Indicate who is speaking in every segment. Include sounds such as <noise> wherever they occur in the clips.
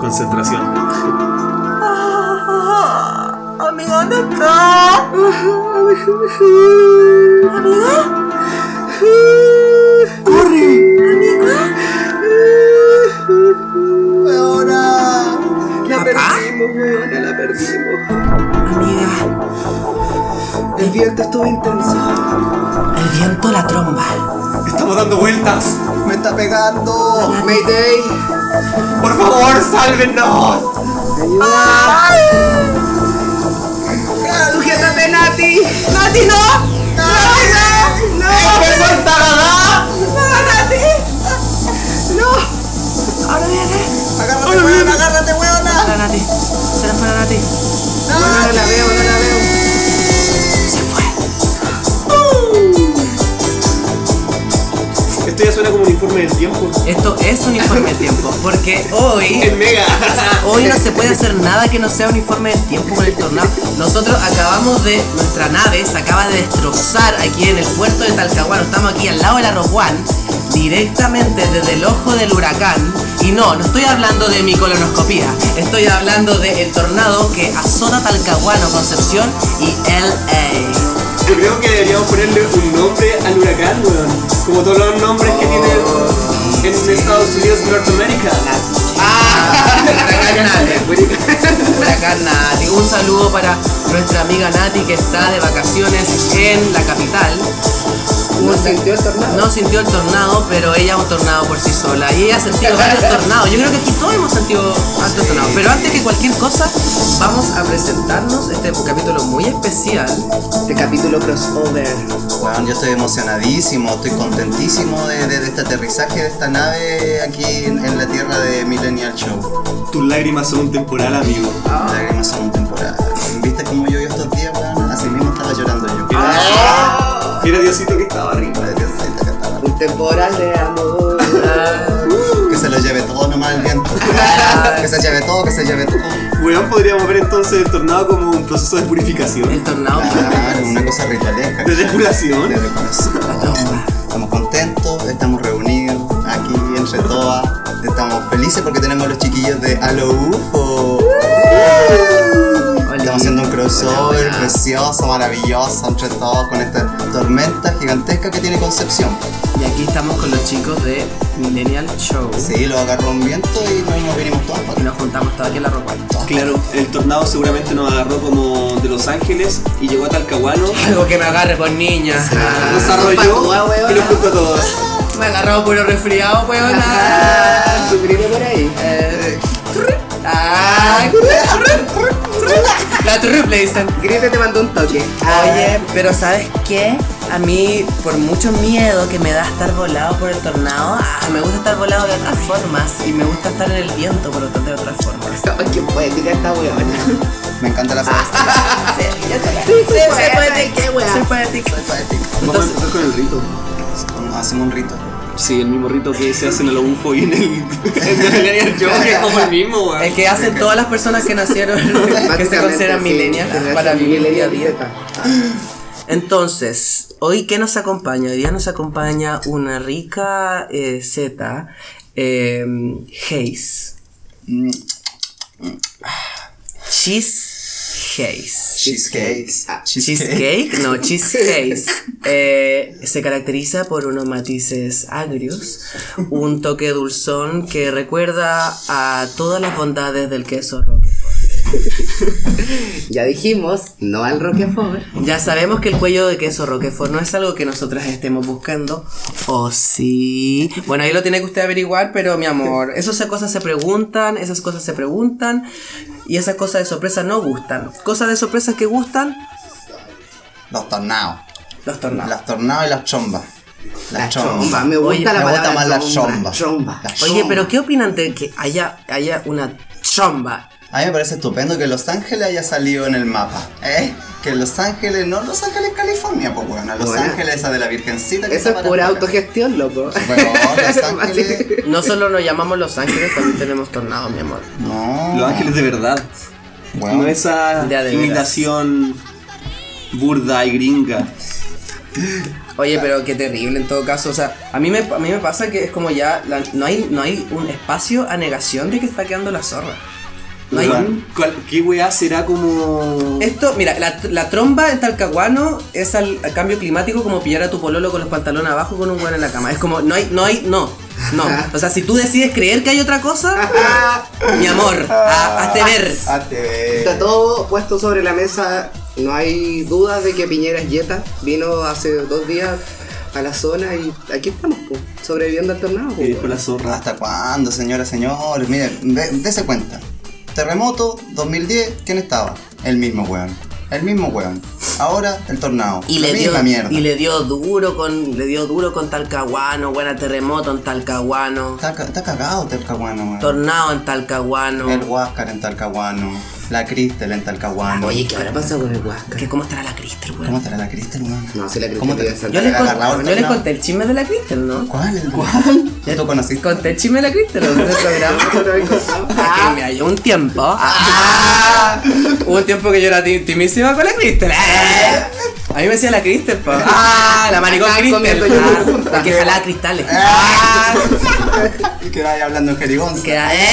Speaker 1: concentración.
Speaker 2: Amiga, ¿dónde estás? Amiga,
Speaker 3: ¡Corre!
Speaker 4: Ahora la
Speaker 3: ¿Papá?
Speaker 4: perdimos, weona, la perdimos.
Speaker 3: Amiga,
Speaker 4: El viento estuvo intenso.
Speaker 3: el viento la tromba.
Speaker 5: Estamos dando vueltas.
Speaker 4: Me está pegando. Mayday.
Speaker 5: Por favor, sálvenos.
Speaker 4: Ah. Sujétate, Nati.
Speaker 2: Nati, no.
Speaker 4: Nati, no.
Speaker 5: ¡Empezó el taradá!
Speaker 3: Ahora viene.
Speaker 4: Agárrate, weona, agárrate, weona.
Speaker 3: Ahora Nati. Se le fue la Nati.
Speaker 4: No, Ah, no la veo, no la veo.
Speaker 3: Se fue.
Speaker 1: Esto ya suena como un informe del tiempo.
Speaker 3: Esto es un informe del tiempo. Porque hoy.
Speaker 5: ¡En mega!
Speaker 3: Hoy no se puede hacer nada que no sea un informe del tiempo con el tornado. Nosotros acabamos de. Nuestra nave se acaba de destrozar aquí en el puerto de Talcahuano. Estamos aquí al lado del Arrojuán, directamente desde el ojo del huracán. Y no, no estoy hablando de mi colonoscopía. Estoy hablando del tornado que azota Talcahuano, Concepción y LA.
Speaker 5: Yo creo que deberíamos ponerle un nombre al huracán, weón. Como todos los nombres que tiene en Estados Unidos, Norteamérica.
Speaker 3: Ah, <laughs> Huracán Nati. Huracán Nati. Un saludo para nuestra amiga Nati que está de vacaciones en la capital.
Speaker 4: No sintió el tornado.
Speaker 3: No sintió el tornado, pero ella es un tornado por sí sola. Y ella ha sentido varios
Speaker 4: <laughs>
Speaker 3: tornados. Yo creo que aquí todos hemos sentido hartos tornados. Pero antes que cualquier cosa, vamos a presentarnos este es un capítulo muy especial.
Speaker 4: Este capítulo crossover.
Speaker 6: Bueno, yo estoy emocionadísimo, estoy contentísimo de, de- de este aterrizaje de esta nave aquí en, en la tierra de Millennial Show.
Speaker 1: Tus lágrimas son un temporal, amigo.
Speaker 6: Lágrimas son temporada. ¿Viste cómo llovió estos días, weón? Así mismo estaba llorando yo.
Speaker 4: Ah.
Speaker 1: Mira Diosito que estaba arriba.
Speaker 6: Madre Dios, ahí está, acá está.
Speaker 4: Un temporal de amor.
Speaker 6: Que se lo lleve todo nomás el
Speaker 4: <laughs>
Speaker 6: viento. que se lleve todo, que se lleve todo.
Speaker 4: Ah.
Speaker 1: Weón, podríamos ver entonces el tornado como un proceso de purificación,
Speaker 3: El tornado.
Speaker 6: Claro, una cosa ritualesca.
Speaker 1: de depuración.
Speaker 6: Desde el
Speaker 4: <laughs>
Speaker 6: corazón. Estamos contentos, estamos reunidos aquí entre todas. Estamos felices porque tenemos los chiquillos de Alo UFO. Estamos haciendo un crossover precioso, maravilloso entre todos con esta tormenta gigantesca que tiene Concepción.
Speaker 3: Y aquí estamos con los chicos de Millennial Show.
Speaker 6: Sí, lo agarró un viento y nos, nos vinimos todos para
Speaker 3: Y
Speaker 6: acá.
Speaker 3: nos juntamos todos aquí en la ropa.
Speaker 1: Claro, el tornado seguramente nos agarró como de Los Ángeles y llegó a Talcahuano.
Speaker 3: Algo que me agarre por niña.
Speaker 1: Nos arrolló y nos juntó a todos.
Speaker 3: Me agarró puro resfriado, weón.
Speaker 4: Ah, su grito por ahí.
Speaker 3: La turrup le dicen.
Speaker 4: Grito te mandó un toque.
Speaker 3: Oye, pero ¿sabes qué? A mí, por mucho miedo que me da estar volado por el tornado, ah, me gusta estar volado de otras formas y me gusta estar en el viento por otras, de otras formas.
Speaker 4: Ay, qué poética esta weona.
Speaker 6: Me encanta la frase.
Speaker 3: soy poética, soy poética.
Speaker 1: Vamos a empezar con el rito.
Speaker 6: Hacemos un rito.
Speaker 1: Sí, el mismo rito que se hace en el UFO y en el <laughs> en el Millennial Show, que es como el mismo, weón.
Speaker 3: El que hacen todas las personas que nacieron, que se consideran millennials, para vivir el día a día. Entonces, hoy qué nos acompaña? Hoy día nos acompaña una rica eh, Zeta, eh, Hayes. Cheese Hayes.
Speaker 6: Cheesecake.
Speaker 3: Cheesecake, no, cheesecake. Eh, se caracteriza por unos matices agrios, un toque dulzón que recuerda a todas las bondades del queso Roquefort.
Speaker 4: Ya dijimos, no al Roquefort.
Speaker 3: Ya sabemos que el cuello de queso Roquefort no es algo que nosotras estemos buscando. ¿O sí? Bueno, ahí lo tiene que usted averiguar, pero mi amor, esas cosas se preguntan, esas cosas se preguntan y esas cosas de sorpresa no gustan. Cosas de sorpresa que gustan,
Speaker 6: Los tornados.
Speaker 3: los tornados.
Speaker 6: Las tornados y las chombas.
Speaker 4: La chomba. Me gusta
Speaker 3: Oye,
Speaker 4: la
Speaker 6: me gusta
Speaker 4: palabra
Speaker 6: más la chomba.
Speaker 4: Chomba.
Speaker 6: La
Speaker 3: Oye, pero ¿qué opinan de que haya, haya una chomba?
Speaker 6: A mí me parece estupendo que Los Ángeles haya salido en el mapa, ¿eh? Que Los Ángeles, no Los Ángeles, California, pues bueno, Los
Speaker 4: Bueno.
Speaker 6: Ángeles esa de la Virgencita. que está
Speaker 4: Eso es
Speaker 6: para
Speaker 4: pura
Speaker 6: afuera.
Speaker 4: autogestión, loco.
Speaker 6: Bueno, Los Ángeles.
Speaker 3: No solo nos llamamos Los Ángeles, también tenemos tornado, mi amor.
Speaker 6: No.
Speaker 1: Los Ángeles de verdad.
Speaker 6: Bueno.
Speaker 1: No esa
Speaker 3: Ya, de veras.
Speaker 1: imitación burda y gringa.
Speaker 3: Oye, pero qué terrible en todo caso. O sea, a mí me, a mí me pasa que es como ya. la- no, hay, no hay un espacio a negación de que está quedando la zorra. No hay.
Speaker 1: Weón, ¿cuál- ¿Qué weá será como.?
Speaker 3: Esto, mira, la, la tromba en Talcahuano es al, al cambio climático como pillar a tu pololo con los pantalones abajo con un weón en la cama. Es como, no hay, no hay, no,
Speaker 6: <laughs>
Speaker 3: no. O sea, si tú decides creer que hay otra cosa, mi amor,
Speaker 6: Ah,
Speaker 3: a- hazte ver.
Speaker 6: Hazte
Speaker 4: <laughs> Está
Speaker 6: ver.
Speaker 4: todo puesto sobre la mesa. No hay duda de que Piñera es yeta. Vino hace dos días a la zona y aquí estamos, po, sobreviviendo al tornado. po,
Speaker 1: Que dijo
Speaker 4: weón.
Speaker 1: la zorra.
Speaker 6: ¿Hasta cuándo, señoras, señores? Miren, ve- dese cuenta. Terremoto 2010, ¿quién estaba? El mismo weón. El mismo weón. Ahora el tornado.
Speaker 3: Y
Speaker 6: La
Speaker 3: le, dio,
Speaker 6: misma mierda.
Speaker 3: y le dio duro con le dio duro con Talcahuano, buena terremoto en Talcahuano,
Speaker 6: Está, ca- está cagado Talcahuano, weón.
Speaker 3: tornado en Talcahuano.
Speaker 6: El Huáscar en Talcahuano. La Cristel en Talcahuano.
Speaker 4: Oye, ¿qué habrá pasado con el Huasca?
Speaker 3: Que cómo estará la Cristel,
Speaker 6: ¿Cómo
Speaker 3: weón.
Speaker 6: estará la Cristel, weón?
Speaker 4: No, si la Cristel
Speaker 6: ¿Cómo te-
Speaker 4: iba a saltar.
Speaker 3: Yo les,
Speaker 6: habrá
Speaker 3: conté,
Speaker 6: agarrado
Speaker 3: yo
Speaker 6: el
Speaker 3: les
Speaker 6: tornado?
Speaker 3: conté el chisme de la Cristel, ¿no?
Speaker 6: ¿Cuál? ¿El ¿Cuál? ¿Tú lo conociste?
Speaker 3: Conté el chisme de la Cristel en el programa.
Speaker 6: <laughs>
Speaker 4: <laughs>
Speaker 3: Ah, que me halló un tiempo.
Speaker 6: Ah.
Speaker 3: <laughs> Hubo un tiempo que yo era ti- timísima con la Cristel. Ah. A mí me decía la Cristel, po. Ah, la maricón Cristel.
Speaker 4: comiendo yo.
Speaker 3: Ah, la que jalaba cristales.
Speaker 6: Ah. que vaya hablando en jerigón.
Speaker 3: Que era- ¡Eh!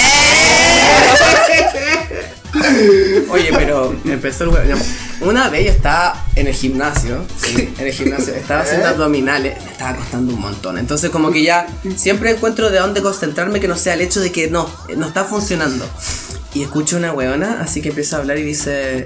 Speaker 3: <laughs> Oye, pero empezó el huevo. ya. Una vez yo estaba en el gimnasio, sí, ¿Eh? en el gimnasio, estaba haciendo abdominales, me estaba costando un montón. Entonces como que ya siempre encuentro de dónde concentrarme que no sea el hecho de que no, eh, no está funcionando. Y escucho una weona, así que empiezo a hablar y dice,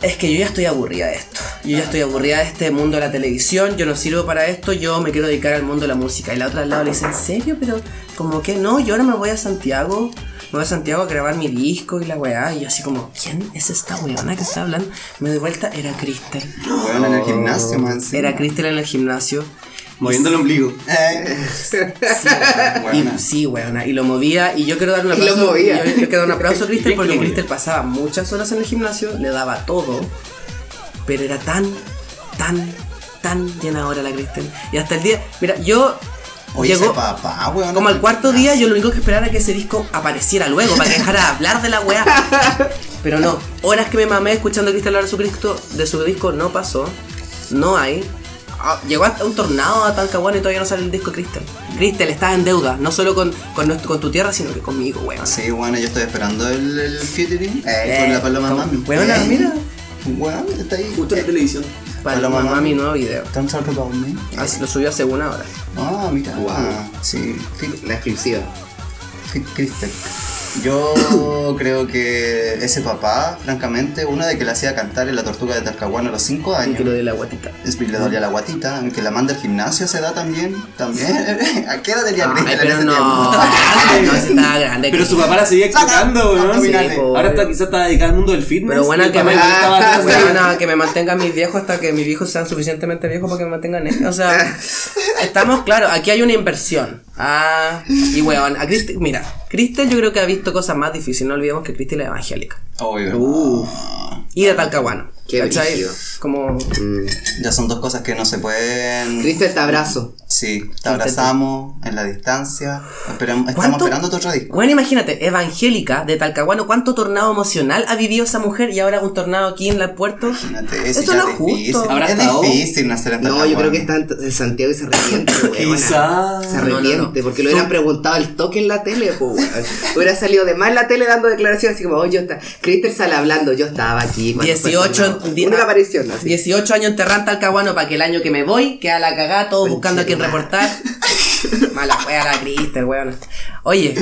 Speaker 3: es que yo ya estoy aburrida de esto. Yo
Speaker 6: Ah.
Speaker 3: ya estoy aburrida de este mundo de la televisión. Yo no sirvo para esto. Yo me quiero dedicar al mundo de la música. Y la otra al lado le dice, ¿en serio? Pero como que no, yo ahora me voy a Santiago. Me voy a Santiago a grabar mi disco y la weá. Y yo así como, ¿quién es esta weona que está hablando? Me doy vuelta, era Crystal.
Speaker 6: Weón en el gimnasio, man. sí.
Speaker 3: Era Crystal en el gimnasio.
Speaker 1: Moviendo el ombligo.
Speaker 6: Eh.
Speaker 3: <laughs> Y,
Speaker 6: Weona.
Speaker 3: sí, weona. Y lo movía. Y yo quiero dar un
Speaker 4: <laughs> Y lo
Speaker 3: aplauso.
Speaker 4: movía.
Speaker 3: Yo, yo quiero dar un
Speaker 4: <laughs>
Speaker 3: aplauso a
Speaker 1: Bien
Speaker 3: Crystal
Speaker 1: que
Speaker 3: porque
Speaker 1: lo movía.
Speaker 3: Crystal pasaba muchas horas en el gimnasio, le daba todo. Pero era tan, tan, tan llena ahora la Crystal. Y hasta el día. Mira, yo.
Speaker 6: Oye, ese
Speaker 3: llegó
Speaker 6: papá, weón.
Speaker 3: como al cuarto día, yo lo único que esperaba era que ese disco apareciera luego para que dejara de hablar de la weá. Pero no, horas que me mamé escuchando a Crystal hablar de su, Cristo, de su disco no pasó. No hay. Ah, Llegó a un tornado a Talcahuano y todavía no sale el disco de Crystal. Crystal, estás en deuda, no solo con, con, nuestro- con tu tierra, sino que conmigo, weón.
Speaker 6: Sí, bueno, yo estoy esperando el, el featuring. Eh,
Speaker 3: Eh,
Speaker 6: con la paloma
Speaker 3: con-
Speaker 6: mami.
Speaker 3: weona,
Speaker 6: Eh,
Speaker 3: mira.
Speaker 6: Weón, está ahí. Eh,
Speaker 1: Justo en la televisión.
Speaker 3: Para
Speaker 6: Paloma
Speaker 3: mamá mi
Speaker 6: Mami.
Speaker 3: nuevo video.
Speaker 6: Don't talk about me.
Speaker 3: Ah, Lo subió hace una hora.
Speaker 6: Ah, mira.
Speaker 4: Wow.
Speaker 6: Ah, sí. Fit-
Speaker 4: La exclusiva.
Speaker 6: Fit Crystal.
Speaker 3: <coughs>
Speaker 6: Yo creo que ese papá, francamente, uno de que le hacía cantar en la tortuga de Talcahuano a los 5
Speaker 3: Y
Speaker 6: años.
Speaker 3: que lo de la guatita.
Speaker 6: Es- Le dolía la guatita, que la manda al gimnasio se da también.
Speaker 3: <laughs>
Speaker 6: También. ¿A qué edad tenía
Speaker 3: Ay,
Speaker 6: Crystal en
Speaker 3: pero
Speaker 6: ese
Speaker 3: no.
Speaker 6: tiempo?
Speaker 3: Ay, <laughs> no, si estaba grande.
Speaker 1: Pero su papá la seguía explotando, weón.
Speaker 6: Sí,
Speaker 1: Ahora está, quizás está dedicada al mundo del fitness.
Speaker 3: Pero
Speaker 1: y
Speaker 3: bueno,
Speaker 1: el
Speaker 3: que me,
Speaker 1: papá ya estaba atrás de-
Speaker 3: bueno, que me mantengan mis viejos hasta que mis viejos sean suficientemente viejos para que me mantengan ellos. O sea, estamos claros, aquí hay una inversión. Ah, y weón, a Cristi- mira, Cristel yo creo que ha visto cosas más difíciles, no olvidemos que Cristel es evangélica.
Speaker 6: Obvio.
Speaker 3: Y de Talcahuano.
Speaker 4: Qué
Speaker 3: ¿cachai?
Speaker 4: brígido.
Speaker 3: Como
Speaker 6: Ya son dos cosas que no se pueden.
Speaker 4: Cristel, te abrazo.
Speaker 6: Sí, te abrazamos en la distancia. Esperam- estamos
Speaker 3: ¿Cuánto?
Speaker 6: esperando tu otro disco.
Speaker 3: Bueno, imagínate, evangélica de Talcahuano, cuánto tornado emocional ha vivido esa mujer y ahora un tornado aquí en la puerto.
Speaker 6: Imagínate, ese
Speaker 3: Eso
Speaker 6: ya
Speaker 3: no es justo.
Speaker 6: difícil.
Speaker 1: Habrá
Speaker 6: Es
Speaker 1: estado-
Speaker 6: difícil nacer en
Speaker 4: No, yo
Speaker 6: Talcahuano.
Speaker 4: creo que está en en Santiago y se
Speaker 3: <coughs>
Speaker 4: arrepiente, weona.
Speaker 1: Quizá.
Speaker 4: Se arrepiente,
Speaker 3: No, no, no.
Speaker 4: porque lo hubieran preguntado el toque en la tele, po, weón. Hubiera salido de más en la tele dando declaraciones así como, oh, yo estaba. Cristel sale hablando, yo estaba aquí. cuando fue
Speaker 3: 18,
Speaker 4: tornado".
Speaker 3: die-
Speaker 4: Una aparición así.
Speaker 3: 18 años enterrando Talcahuano para que el año que me voy queda la cagada, todos buscando a quien
Speaker 6: <laughs>
Speaker 3: reportar. Mala cueva la Cristel, weón. Oye,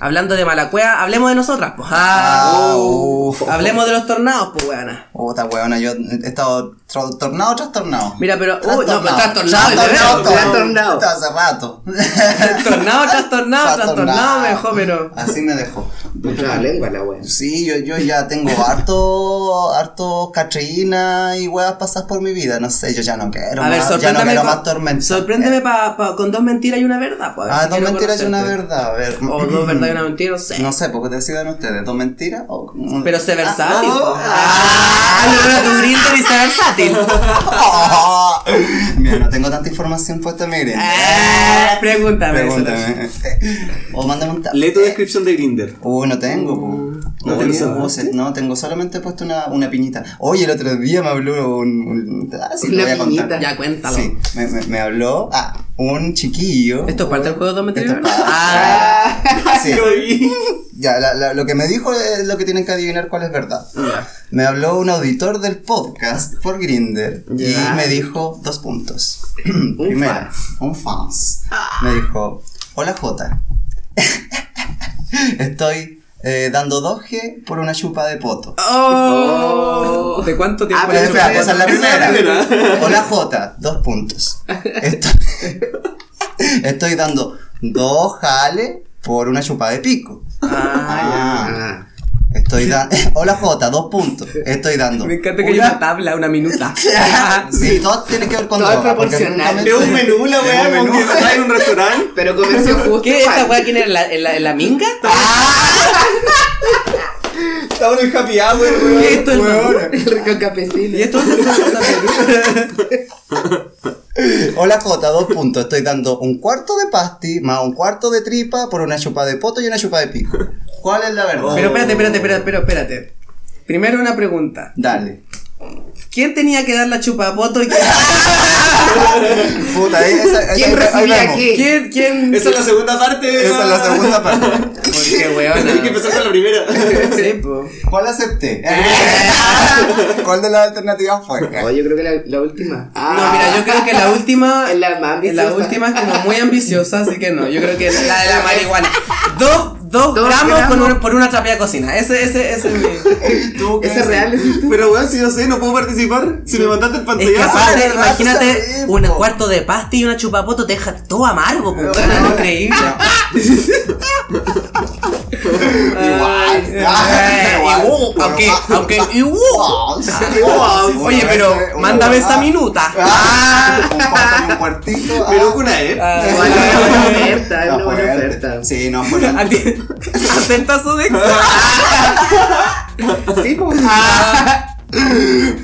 Speaker 3: hablando de mala cueva, hablemos de nosotras, pues. Ah,
Speaker 6: Ah, uf.
Speaker 3: hablemos de los tornados, pues, weona.
Speaker 6: Puta weona, yo he estado tro- tornado tras tornado.
Speaker 3: Mira, pero-
Speaker 6: Tras
Speaker 3: uy, no, pero tras tornado,
Speaker 6: Tras
Speaker 3: de
Speaker 6: tornado,
Speaker 4: verdad. Tras
Speaker 6: tornado.
Speaker 4: tornado.
Speaker 6: Tras hace rato.
Speaker 3: <laughs>
Speaker 6: <laughs>
Speaker 3: Tornado tras tornado,
Speaker 6: Tras
Speaker 3: tras tornado me dejó, pero.
Speaker 6: Así me dejó.
Speaker 4: Mucha
Speaker 3: Ah.
Speaker 4: la lengua la weón.
Speaker 6: Sí, yo, yo ya tengo harto, harto catrina y weas pasas por mi vida. No sé, yo ya no quiero.
Speaker 3: A ver,
Speaker 6: más, ya no
Speaker 3: sorpréndeme.
Speaker 6: quiero
Speaker 3: con-
Speaker 6: más tormenta.
Speaker 3: sorpréndeme pa- pa- con dos mentiras y una verdad, pues. a ver
Speaker 6: Ah,
Speaker 3: si
Speaker 6: dos
Speaker 3: quiero
Speaker 6: mentiras y una
Speaker 3: conocerte.
Speaker 6: verdad. A ver.
Speaker 3: O dos verdades y una mentira, no sé.
Speaker 6: <laughs> No sé, ¿por qué decidan ustedes? ¿Dos mentiras? o-
Speaker 3: Pero sé versátil.
Speaker 6: Ah,
Speaker 3: po.
Speaker 6: no.
Speaker 3: Ah, no, no, tu Grindr y sé
Speaker 6: <laughs>
Speaker 3: versátil.
Speaker 6: <laughs> Mira, no tengo tanta información puesta en mi Grindr.
Speaker 3: Ah, Pregúntame. eso,
Speaker 6: Pregúntame. O mándame un tap.
Speaker 1: Eh. Lee tu descripción de Grinder.
Speaker 6: Uy, no tengo. po. No,
Speaker 7: Oye,
Speaker 6: tengo,
Speaker 7: ¿vos te-
Speaker 6: no, tengo solamente puesto una, una piñita. Oye, el otro día me habló un. un- ah, sí, lo
Speaker 4: Una
Speaker 6: voy a contar.
Speaker 4: piñita.
Speaker 3: Ya, cuéntalo.
Speaker 6: Sí, me, me- me habló ah, un chiquillo.
Speaker 3: ¿Esto es parte del juego de Don
Speaker 6: Esto es
Speaker 3: Meteor?
Speaker 6: parte-
Speaker 3: Ah, <laughs>
Speaker 6: Sí. Ya, la- la- lo que me dijo es lo que tienen que adivinar cuál es verdad.
Speaker 3: ya.
Speaker 6: Me habló un auditor del podcast por Grinder
Speaker 4: Ya.
Speaker 6: y me dijo dos puntos. <clears throat> Primero, un fans.
Speaker 3: Ah.
Speaker 6: Me dijo, hola Jota, <laughs> estoy eh, dando 2G por una chupa de poto.
Speaker 3: Oh.
Speaker 7: ¿De cuánto tiempo
Speaker 6: Ah, pero
Speaker 7: le
Speaker 6: espera,
Speaker 7: chupó?
Speaker 6: esa es la
Speaker 7: Esa es la
Speaker 1: <laughs>
Speaker 6: primera. Hola Jota, dos puntos. Estoy, <laughs> estoy dando dos jales por una chupa de pico. Ah, Estoy dando. <laughs> Hola Jota, dos puntos. Estoy dando.
Speaker 3: Me encanta que haya una tabla,
Speaker 1: <laughs>
Speaker 3: una minuta.
Speaker 6: <laughs> Sí, todo tiene que ver con
Speaker 4: Todo es
Speaker 6: droga, porque
Speaker 4: proporcional.
Speaker 6: justamente-
Speaker 1: Es un menú la weá, como que está en un restaurante.
Speaker 4: Pero comercio
Speaker 3: <laughs>
Speaker 4: justo.
Speaker 3: ¿Qué? ¿Esta
Speaker 4: <laughs>
Speaker 3: weá quién era? ¿La, en la, en la minga?
Speaker 1: Ah. <laughs> Estaba en el happy hour, weón.
Speaker 3: ¿Qué esto es
Speaker 6: Weona.
Speaker 4: Rico campesino.
Speaker 3: ¿Y esto
Speaker 1: <laughs>
Speaker 3: es
Speaker 6: Hola Jota, dos puntos. Estoy dando un cuarto de pasty más un cuarto de tripa por una chupa de poto y una chupa de pico. ¿Cuál es la verdad?
Speaker 3: Pero espérate, espérate, espérate, pero espérate. Primero una pregunta.
Speaker 6: Dale.
Speaker 3: ¿Quién tenía que dar la chupapoto y quién,
Speaker 1: <laughs>
Speaker 6: Puta, ahí- esa, esa-
Speaker 4: ¿Quién
Speaker 6: ahí- ahí
Speaker 4: recibía
Speaker 6: vemos.
Speaker 4: qué?
Speaker 3: quién, quién?
Speaker 1: Esa es la segunda parte.
Speaker 6: Esa es la segunda parte.
Speaker 3: Porque
Speaker 1: <laughs> Hay que
Speaker 3: weona.
Speaker 1: empezar con la primera.
Speaker 3: <laughs> Sí,
Speaker 4: <laughs>
Speaker 3: po.
Speaker 6: ¿Cuál acepté? <laughs> ¿Cuál de las alternativas fue?
Speaker 4: Oye, Oh, yo creo que la, la última.
Speaker 3: No, mira, yo creo que la última.
Speaker 4: Es Ah. <laughs> la más
Speaker 3: la
Speaker 4: ambiciosa.
Speaker 3: última es como muy ambiciosa, así que no. Yo creo que la
Speaker 4: <laughs>
Speaker 3: de la marihuana. Dos, dos,
Speaker 4: Dos
Speaker 3: gramos, con
Speaker 4: gramos.
Speaker 3: una- por una trapea de cocina. Ese, ese, ese
Speaker 4: <laughs>
Speaker 3: es mi.
Speaker 4: Esa es real. es-
Speaker 1: Pero weón, si yo sé, no puedo participar. Si me mandaste el
Speaker 3: Es que
Speaker 1: pantallazo.
Speaker 3: aparte,
Speaker 6: rato
Speaker 3: imagínate
Speaker 6: sabés,
Speaker 3: un
Speaker 6: po.
Speaker 3: cuarto de pasta y una chupapoto te deja todo
Speaker 4: <laughs>
Speaker 3: amargo, po. weona,
Speaker 6: no.
Speaker 3: increíble.
Speaker 6: Igual.
Speaker 4: Ah,
Speaker 6: Ah,
Speaker 3: Eh, y wow, Aunque, aunque, y wow. Oye, pero mándame esa minuta.
Speaker 6: Ah.
Speaker 4: <laughs> Ah.
Speaker 6: Un cuarto y un cuartito.
Speaker 1: <laughs> Pero con una E.
Speaker 3: Ah,
Speaker 4: <laughs> Igual es una buena oferta, es
Speaker 6: No,
Speaker 4: una buena
Speaker 6: fuerte.
Speaker 4: oferta.
Speaker 6: Sí, no, fuerte.
Speaker 3: <laughs> Acepta su
Speaker 4: Sí, pues.
Speaker 3: Ah.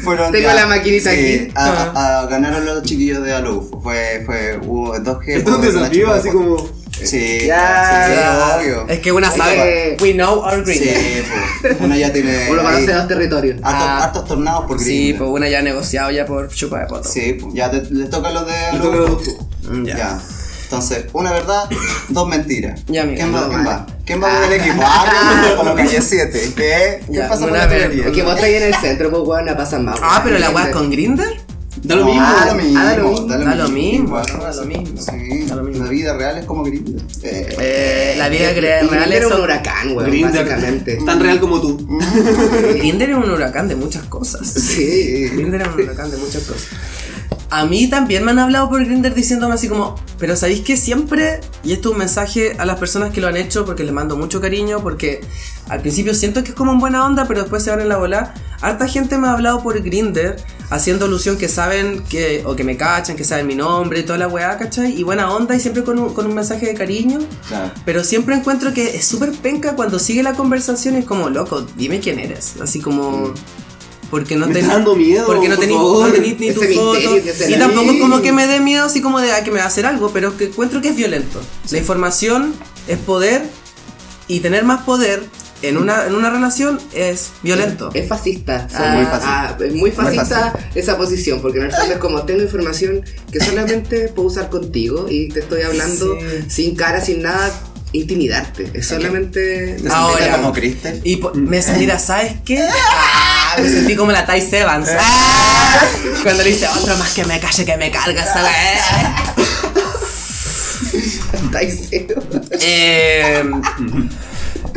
Speaker 6: Fueron
Speaker 4: Tengo la maquinita aquí.
Speaker 6: a- a- ganaron los chiquillos de Alufo. Fue, fue, hubo dos
Speaker 1: <laughs>
Speaker 6: G.
Speaker 1: Esto es un
Speaker 6: por una
Speaker 1: desafío
Speaker 6: chupa de
Speaker 1: así
Speaker 6: poto.
Speaker 1: como.
Speaker 6: Sí,
Speaker 4: Ya,
Speaker 6: sí, sí,
Speaker 4: ya.
Speaker 6: obvio.
Speaker 3: Es que una sabe.
Speaker 4: sabe.
Speaker 3: We know our green.
Speaker 6: Sí, pues, uno ya tiene.
Speaker 4: Uno
Speaker 6: ahí
Speaker 4: conoce dos territorios.
Speaker 6: hartos-
Speaker 3: Ah.
Speaker 6: Hartos tornados por
Speaker 3: Sí,
Speaker 6: Grindr.
Speaker 3: pues una ya ha negociado ya por chupa de poto. Mm,
Speaker 6: Sí, pues, ya te- les toca los de
Speaker 1: toca
Speaker 6: Araujo.
Speaker 1: los de
Speaker 6: Ya. Entonces, una verdad, dos mentiras.
Speaker 3: Ya, mira.
Speaker 6: ¿Quién va?
Speaker 4: No,
Speaker 6: ¿Quién
Speaker 4: mal.
Speaker 6: va? ¿Quién va del equipo? Ah, con lo calle 7. ¿Qué? ¿Qué
Speaker 3: Ya,
Speaker 6: pasa con
Speaker 3: una
Speaker 6: la
Speaker 3: ver-
Speaker 6: teoría?
Speaker 4: Es que vos estás ahí en el centro, pues, weón, la pasan mal.
Speaker 3: Ah, pero la
Speaker 4: weá
Speaker 3: weá es con Grinder.
Speaker 1: Da lo mismo.
Speaker 6: Da lo mismo.
Speaker 4: Ah, da lo mismo.
Speaker 3: Da lo mismo,
Speaker 6: Igual,
Speaker 3: da lo mismo.
Speaker 6: Sí,
Speaker 3: Da lo mismo.
Speaker 6: la vida real es como gringo. Eh,
Speaker 3: Eh, la vida cre- real
Speaker 4: era
Speaker 3: es.
Speaker 4: un huracán, weón,
Speaker 1: Grindr.
Speaker 4: básicamente.
Speaker 1: Tan real como tú.
Speaker 3: Grinder es un huracán de muchas cosas.
Speaker 6: sí.
Speaker 3: Grinder es un huracán de muchas cosas. A mí también me han hablado por Grinder diciéndome así como, pero sabéis que siempre, y esto es un mensaje a las personas que lo han hecho porque les mando mucho cariño, porque al principio siento que es como en buena onda, pero después se van en la bola. Harta gente me ha hablado por Grinder haciendo alusión que saben que, o que me cachan, que saben mi nombre y toda la weá, ¿cachai? Y buena onda y siempre con un, con un mensaje de cariño.
Speaker 6: Claro.
Speaker 3: Pero siempre encuentro que es súper penca cuando sigue la conversación y es como, loco, dime quién eres. Así como. Porque no
Speaker 1: Me
Speaker 3: tenés.
Speaker 1: está dando miedo,
Speaker 3: Porque no
Speaker 1: por
Speaker 3: tenés,
Speaker 1: favor.
Speaker 3: no tenés ni tu
Speaker 4: Ese
Speaker 3: foto.
Speaker 4: misterio que se
Speaker 3: Y
Speaker 4: le-
Speaker 3: tampoco es como que me dé miedo así como de "Ay, que me va a hacer algo, pero que encuentro que es violento. La información es poder y tener más poder en una, en una relación es violento.
Speaker 4: Es fascista. Ah,
Speaker 6: Son muy fascistas.
Speaker 4: es muy fascista
Speaker 6: fascistas.
Speaker 4: esa posición, porque en el fondo es como tengo información que solamente puedo usar contigo y te estoy hablando
Speaker 3: Sí.
Speaker 4: sin cara, sin nada, intimidarte. Es solamente.
Speaker 6: ¿Te
Speaker 3: Ahora.
Speaker 6: sentiste como Kristen?
Speaker 3: Y po- me mira, ¿sabes qué? Ah, me sentí como la Thais Evans. Ah, cuando le dice otro más que me calle, que me carga, ¿sabes?
Speaker 4: Estáis cero.
Speaker 3: Eh,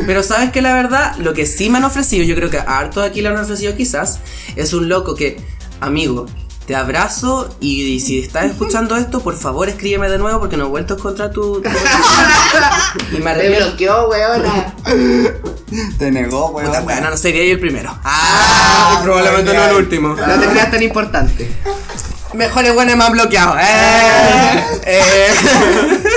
Speaker 3: pero sabes que la verdad, lo que sí me han ofrecido, yo creo que a harto de aquí lo han ofrecido quizás, es un loco que, amigo, te abrazo y, si estás escuchando esto, por favor escríbeme de nuevo porque no he vuelto a encontrar tu... tu- y me
Speaker 4: Te
Speaker 3: arrepiento.
Speaker 4: bloqueó, weona.
Speaker 6: Te negó, weón.
Speaker 3: Puta, weón, no sería yo el primero. Ah,
Speaker 6: Ah,
Speaker 3: probablemente no
Speaker 6: genial.
Speaker 3: el último.
Speaker 4: No te creas tan importante.
Speaker 3: Mejores buenos me han bloqueado. Eh, eh. <laughs>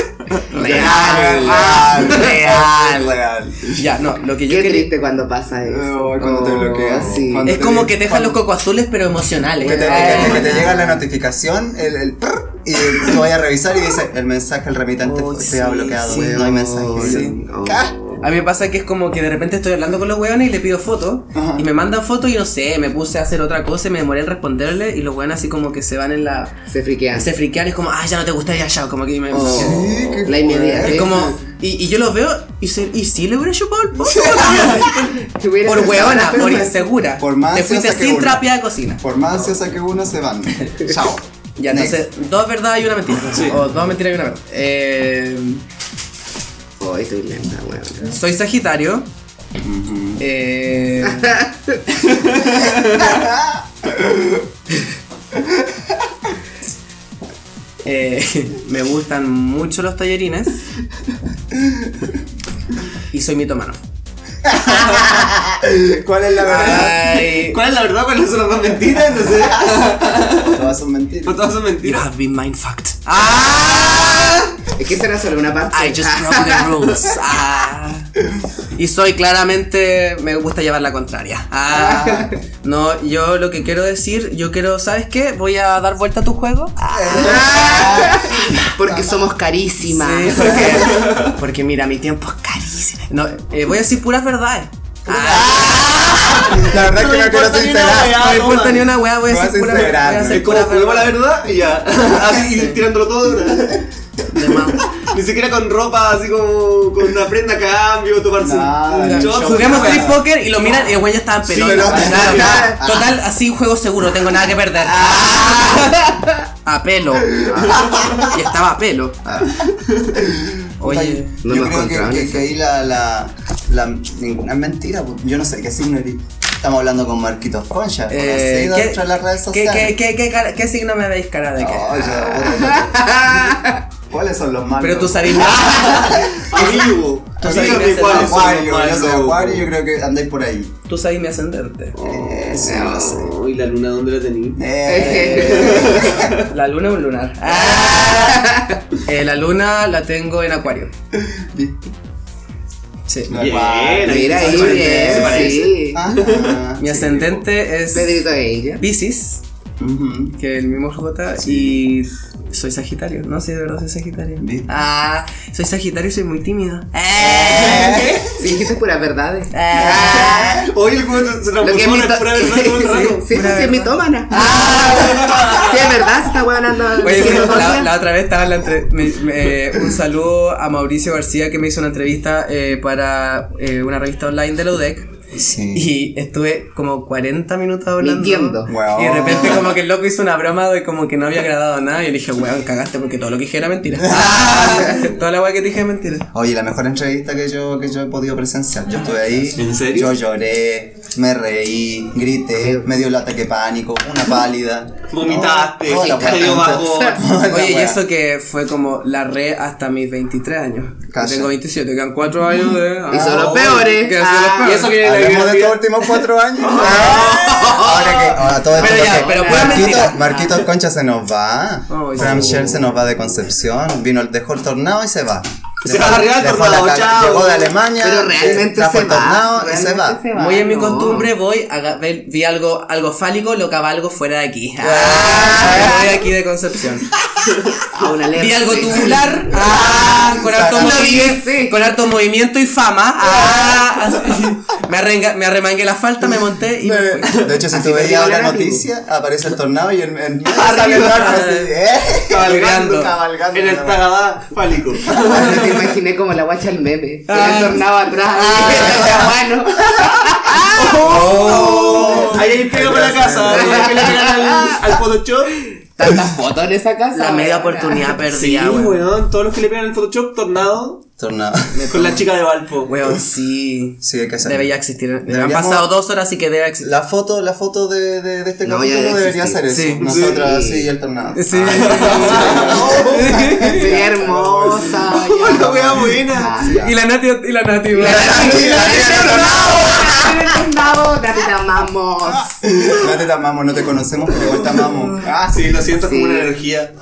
Speaker 6: Real, real, real.
Speaker 3: Ya, no, lo que yo
Speaker 4: Qué
Speaker 3: quería-
Speaker 4: triste cuando pasa eso. Oh,
Speaker 6: Ay, Ah, cuando te bloquean.
Speaker 4: sí.
Speaker 6: Cuando
Speaker 3: Es
Speaker 6: te-
Speaker 3: como que te dejan
Speaker 6: cuando-
Speaker 3: los coco azules pero emocionales.
Speaker 6: Que te,
Speaker 3: Eh.
Speaker 6: que- que te llega la notificación, el, el prr, y tú vayas a revisar y dice el mensaje, el remitente
Speaker 3: Oh,
Speaker 6: te
Speaker 3: sí,
Speaker 6: ha bloqueado,
Speaker 3: sí,
Speaker 6: no hay mensaje. Ah,
Speaker 3: sí.
Speaker 6: Ca-
Speaker 3: A mí me pasa que es como que de repente estoy hablando con los weones y le pido fotos.
Speaker 6: Ajá.
Speaker 3: Y me mandan fotos y no sé, me puse a hacer otra cosa y me demoré en responderle. Y los weones así como que se van en la.
Speaker 4: Se friquean.
Speaker 3: Se friquean y es como, ah, ya no te gusta ya, ya. Como que me.
Speaker 6: Oh. Sí, qué
Speaker 4: La inmediatez.
Speaker 3: Es como. Y, y yo los veo y, se, y sí le hubiera chupado
Speaker 6: <laughs>
Speaker 3: el poto. weón.
Speaker 4: Si hubiera
Speaker 3: por
Speaker 4: pasado
Speaker 3: hueona,
Speaker 4: la
Speaker 3: por
Speaker 4: pena.
Speaker 3: insegura.
Speaker 6: Por más
Speaker 3: Te fuiste
Speaker 6: ansiosa que
Speaker 3: sin
Speaker 6: una.
Speaker 3: trapia de cocina.
Speaker 6: Por más ansiosa que una se van. Chao.
Speaker 3: Ya,
Speaker 6: Next.
Speaker 3: entonces, dos verdades y una mentira. O dos mentiras y una verdad. Eh,
Speaker 4: Ay, estoy lenta, weón.
Speaker 3: soy Sagitario. Eh, <laughs> eh, me gustan mucho los tallerines. Y soy mitomano.
Speaker 6: ¿Cuál es la verdad?
Speaker 1: <laughs>
Speaker 3: Ay,
Speaker 1: ¿Cuál es la verdad? ¿Cuáles son las dos mentiras? No sé.
Speaker 6: <laughs> Todas son mentiras.
Speaker 1: Todas son
Speaker 3: you
Speaker 1: mentiras.
Speaker 3: have been mind fucked. Ah!
Speaker 4: Es que será solo una parte.
Speaker 3: I just broke the <laughs> rules. Ah. Y soy claramente. Me gusta llevar la contraria. <laughs> Ah. No, yo lo que quiero decir, yo quiero, ¿sabes qué? Voy a dar vuelta a tu juego. Ah.
Speaker 4: Porque somos carísimas.
Speaker 3: <laughs> Sí,
Speaker 4: <laughs>
Speaker 3: porque, porque mira, mi tiempo es carísimo. No, eh, voy a decir puras verdades. Ah.
Speaker 6: La verdad es que no quiero
Speaker 1: importa ni una
Speaker 6: sincerar.
Speaker 1: weá.
Speaker 3: No me importa ni una weá, voy a
Speaker 6: Vas
Speaker 3: decir puras
Speaker 6: a esperar,
Speaker 3: verdades. voy a decir
Speaker 1: Es como
Speaker 3: puras
Speaker 1: juguemos la
Speaker 3: verdades.
Speaker 1: verdad y ya.
Speaker 3: <laughs>
Speaker 1: Así y tirándolo todo. ¿verdad?
Speaker 3: De más.
Speaker 1: Ni siquiera con ropa así como con una prenda a cambio, tomarse un-
Speaker 6: Nada,
Speaker 1: un
Speaker 6: el
Speaker 1: shot. Ah,
Speaker 6: show.
Speaker 3: Juguemos Street Poker y lo miran y el güey ya estaba en pelota.
Speaker 6: pero-
Speaker 3: Claro,
Speaker 6: claro.
Speaker 3: claro. Total, así juego seguro, no tengo nada que perder. <laughs> A pelo. Y estaba a pelo. Oye.
Speaker 4: No
Speaker 6: yo
Speaker 4: nos
Speaker 6: creo que,
Speaker 4: encontraron
Speaker 6: que-
Speaker 4: eso.
Speaker 6: que ahí la, la, la- ninguna es mentira. po. Yo no sé qué signo eres. Estamos hablando con Marquitos Concha.
Speaker 3: eh,
Speaker 6: conocido dentro de las redes
Speaker 3: ¿qué,
Speaker 6: sociales.
Speaker 3: qué, qué, qué cara- qué signo me veis cara de qué?
Speaker 6: Oye,
Speaker 1: <laughs>
Speaker 6: puta, ¿Cuáles son los malos?
Speaker 3: Pero tú
Speaker 6: sabes
Speaker 3: sabes mi, <laughs>
Speaker 1: Amigo,
Speaker 3: Tú sabes
Speaker 1: dígame
Speaker 3: quién es el
Speaker 1: cuáles son
Speaker 6: Acuario,
Speaker 1: los
Speaker 6: yo soy
Speaker 1: malos.
Speaker 6: Acuario, yo creo que andáis por ahí.
Speaker 3: tú sabes mi ascendente.
Speaker 6: Eh, sí, no sé.
Speaker 1: Uy, la luna, ¿dónde la tenía?
Speaker 3: <laughs>
Speaker 6: Eh,
Speaker 3: La luna es un lunar. Ah. Eh, la luna la tengo en acuario. Sí.
Speaker 1: Ah,
Speaker 6: no,
Speaker 1: Bien,
Speaker 6: Acuario.
Speaker 4: Mira ahí,
Speaker 1: Se parece, se
Speaker 4: bien,
Speaker 1: parece.
Speaker 4: sí.
Speaker 6: Ah,
Speaker 3: Mi ascendente es
Speaker 4: Pedrito e Angel.
Speaker 3: Pisces.
Speaker 6: ujú.
Speaker 3: que el mismo J y soy Sagitario, no sé, de verdad soy Sagitario.
Speaker 6: ¿Viste?
Speaker 3: Ah, soy Sagitario y soy muy
Speaker 6: <laughs>
Speaker 3: Ah. tímida.
Speaker 4: Sí, dijiste puras verdades.
Speaker 3: Ah.
Speaker 1: Oye, el juego se- se
Speaker 4: Lo que es
Speaker 1: transformó en
Speaker 4: mito-
Speaker 1: pura <laughs> verdad todo el rato.
Speaker 4: <laughs> Sí, sí, sí, es mitómana. <laughs> Sí, es verdad, se está huevonando.
Speaker 3: Ah. Oye, sí,
Speaker 6: <laughs>
Speaker 3: la, la otra vez estaba en la entre- me- me- eh, un saludo a Mauricio García que me hizo una entrevista eh, para eh, una revista online de la UDEC.
Speaker 6: Sí.
Speaker 3: Y estuve como 40 minutos hablando.
Speaker 4: Mintiendo.
Speaker 6: Weón.
Speaker 3: Y de repente como que el loco hizo una broma de como que no había grabado nada y le dije, weón, cagaste porque todo lo que dije era
Speaker 6: <laughs>
Speaker 3: mentira. Ah, Toda la weá que te dije es mentira.
Speaker 6: Oye, la mejor entrevista que yo, que yo he podido presenciar. Yo estuve ahí.
Speaker 1: ¿En serio?
Speaker 6: Yo lloré, me reí, grité, me dio el ataque de pánico, una pálida.
Speaker 1: Vomitaste,
Speaker 6: No, no, la
Speaker 1: te dio
Speaker 6: weá.
Speaker 1: bajón.
Speaker 6: No, la
Speaker 3: Oye, y
Speaker 6: weá.
Speaker 3: eso que fue como la re hasta mis 23 años.
Speaker 6: Cacha.
Speaker 3: Tengo 27, quedan 4 años de.
Speaker 4: Y son los
Speaker 3: Ah,
Speaker 4: peores.
Speaker 3: que han sido
Speaker 4: Ah,
Speaker 3: los
Speaker 1: Y eso que la
Speaker 6: Hablemos de
Speaker 1: biografía.
Speaker 6: estos últimos cuatro años. <laughs> ahora que, ahora todo esto
Speaker 3: Pero ya,
Speaker 6: porque
Speaker 3: pero pura mentira.
Speaker 6: Marquito, Marquito Concha se nos va.
Speaker 3: Oh, sí.
Speaker 6: Ramsher se nos va de Concepción. Vino, dejó el tornado y se va.
Speaker 1: Se
Speaker 6: Dejó-
Speaker 1: va arriba el
Speaker 6: dejó
Speaker 1: tornado,
Speaker 6: la caga-
Speaker 1: chao.
Speaker 6: Llegó de Alemania.
Speaker 4: Pero realmente
Speaker 6: trajo
Speaker 4: se
Speaker 6: el
Speaker 4: va,
Speaker 6: tornado y se
Speaker 4: realmente
Speaker 6: va.
Speaker 4: se va.
Speaker 3: Muy en mi
Speaker 4: no.
Speaker 3: costumbre voy, a ver, vi algo, algo fálico, lo cabalgo fuera de aquí. Ah, voy aquí de Concepción.
Speaker 4: A una alerta.
Speaker 3: Vi algo
Speaker 4: sí.
Speaker 3: tubular, ah, con, harto
Speaker 6: Saca.
Speaker 3: movi-
Speaker 4: Sí.
Speaker 3: con harto movimiento y fama. Ah, así. me, arrenga- me arremangué la falta, me monté y me fui.
Speaker 6: <laughs> De hecho, si
Speaker 4: Así
Speaker 6: tú
Speaker 4: me
Speaker 6: veías
Speaker 4: dio
Speaker 6: la
Speaker 4: la nariz.
Speaker 6: noticia, aparece el tornado y el, el niño sale el barco así, ¿eh?
Speaker 3: Cabalgando.
Speaker 6: Cabalgando.
Speaker 1: En el Tagadá <laughs> fálico.
Speaker 4: <laughs> Ahora te imaginé como la guacha del meme. Con
Speaker 3: Ah.
Speaker 4: el tornado atrás. <laughs> bueno.
Speaker 1: Oh,
Speaker 6: <laughs>
Speaker 1: Ahí hay pega para la casa. Hay que le pegan al, al Photoshop.
Speaker 4: Tantas fotos en esa casa.
Speaker 3: La media
Speaker 4: weona. <laughs>
Speaker 3: oportunidad
Speaker 1: Sí,
Speaker 3: perdida, weón.
Speaker 1: weón. Todos los que le pegan al Photoshop, tornado.
Speaker 6: Tornado. <laughs>
Speaker 1: Con la chica de Valpo.
Speaker 3: Weón, sí.
Speaker 6: Sí, hay que hacerlo.
Speaker 3: Debe ya existir. Han
Speaker 6: Deberíamos-
Speaker 3: pasado dos horas, así que debe existir.
Speaker 6: La foto, la foto de, de, de este
Speaker 4: No, ya
Speaker 6: capítulo
Speaker 4: debe
Speaker 6: debería ser
Speaker 4: existir.
Speaker 6: eso.
Speaker 3: Sí.
Speaker 6: Nosotras
Speaker 4: Sí.
Speaker 6: sí. y el tornado. <laughs>
Speaker 3: Sí.
Speaker 4: Sería hermosa.
Speaker 1: La wea buena.
Speaker 3: y la Nati, y la Nati, weón.
Speaker 4: Bravo, Nati, te amamos.
Speaker 6: No te amamos, no te conocemos, pero igual te amamos.
Speaker 1: Ah, sí, lo siento, es como
Speaker 4: Sí.
Speaker 1: una energía.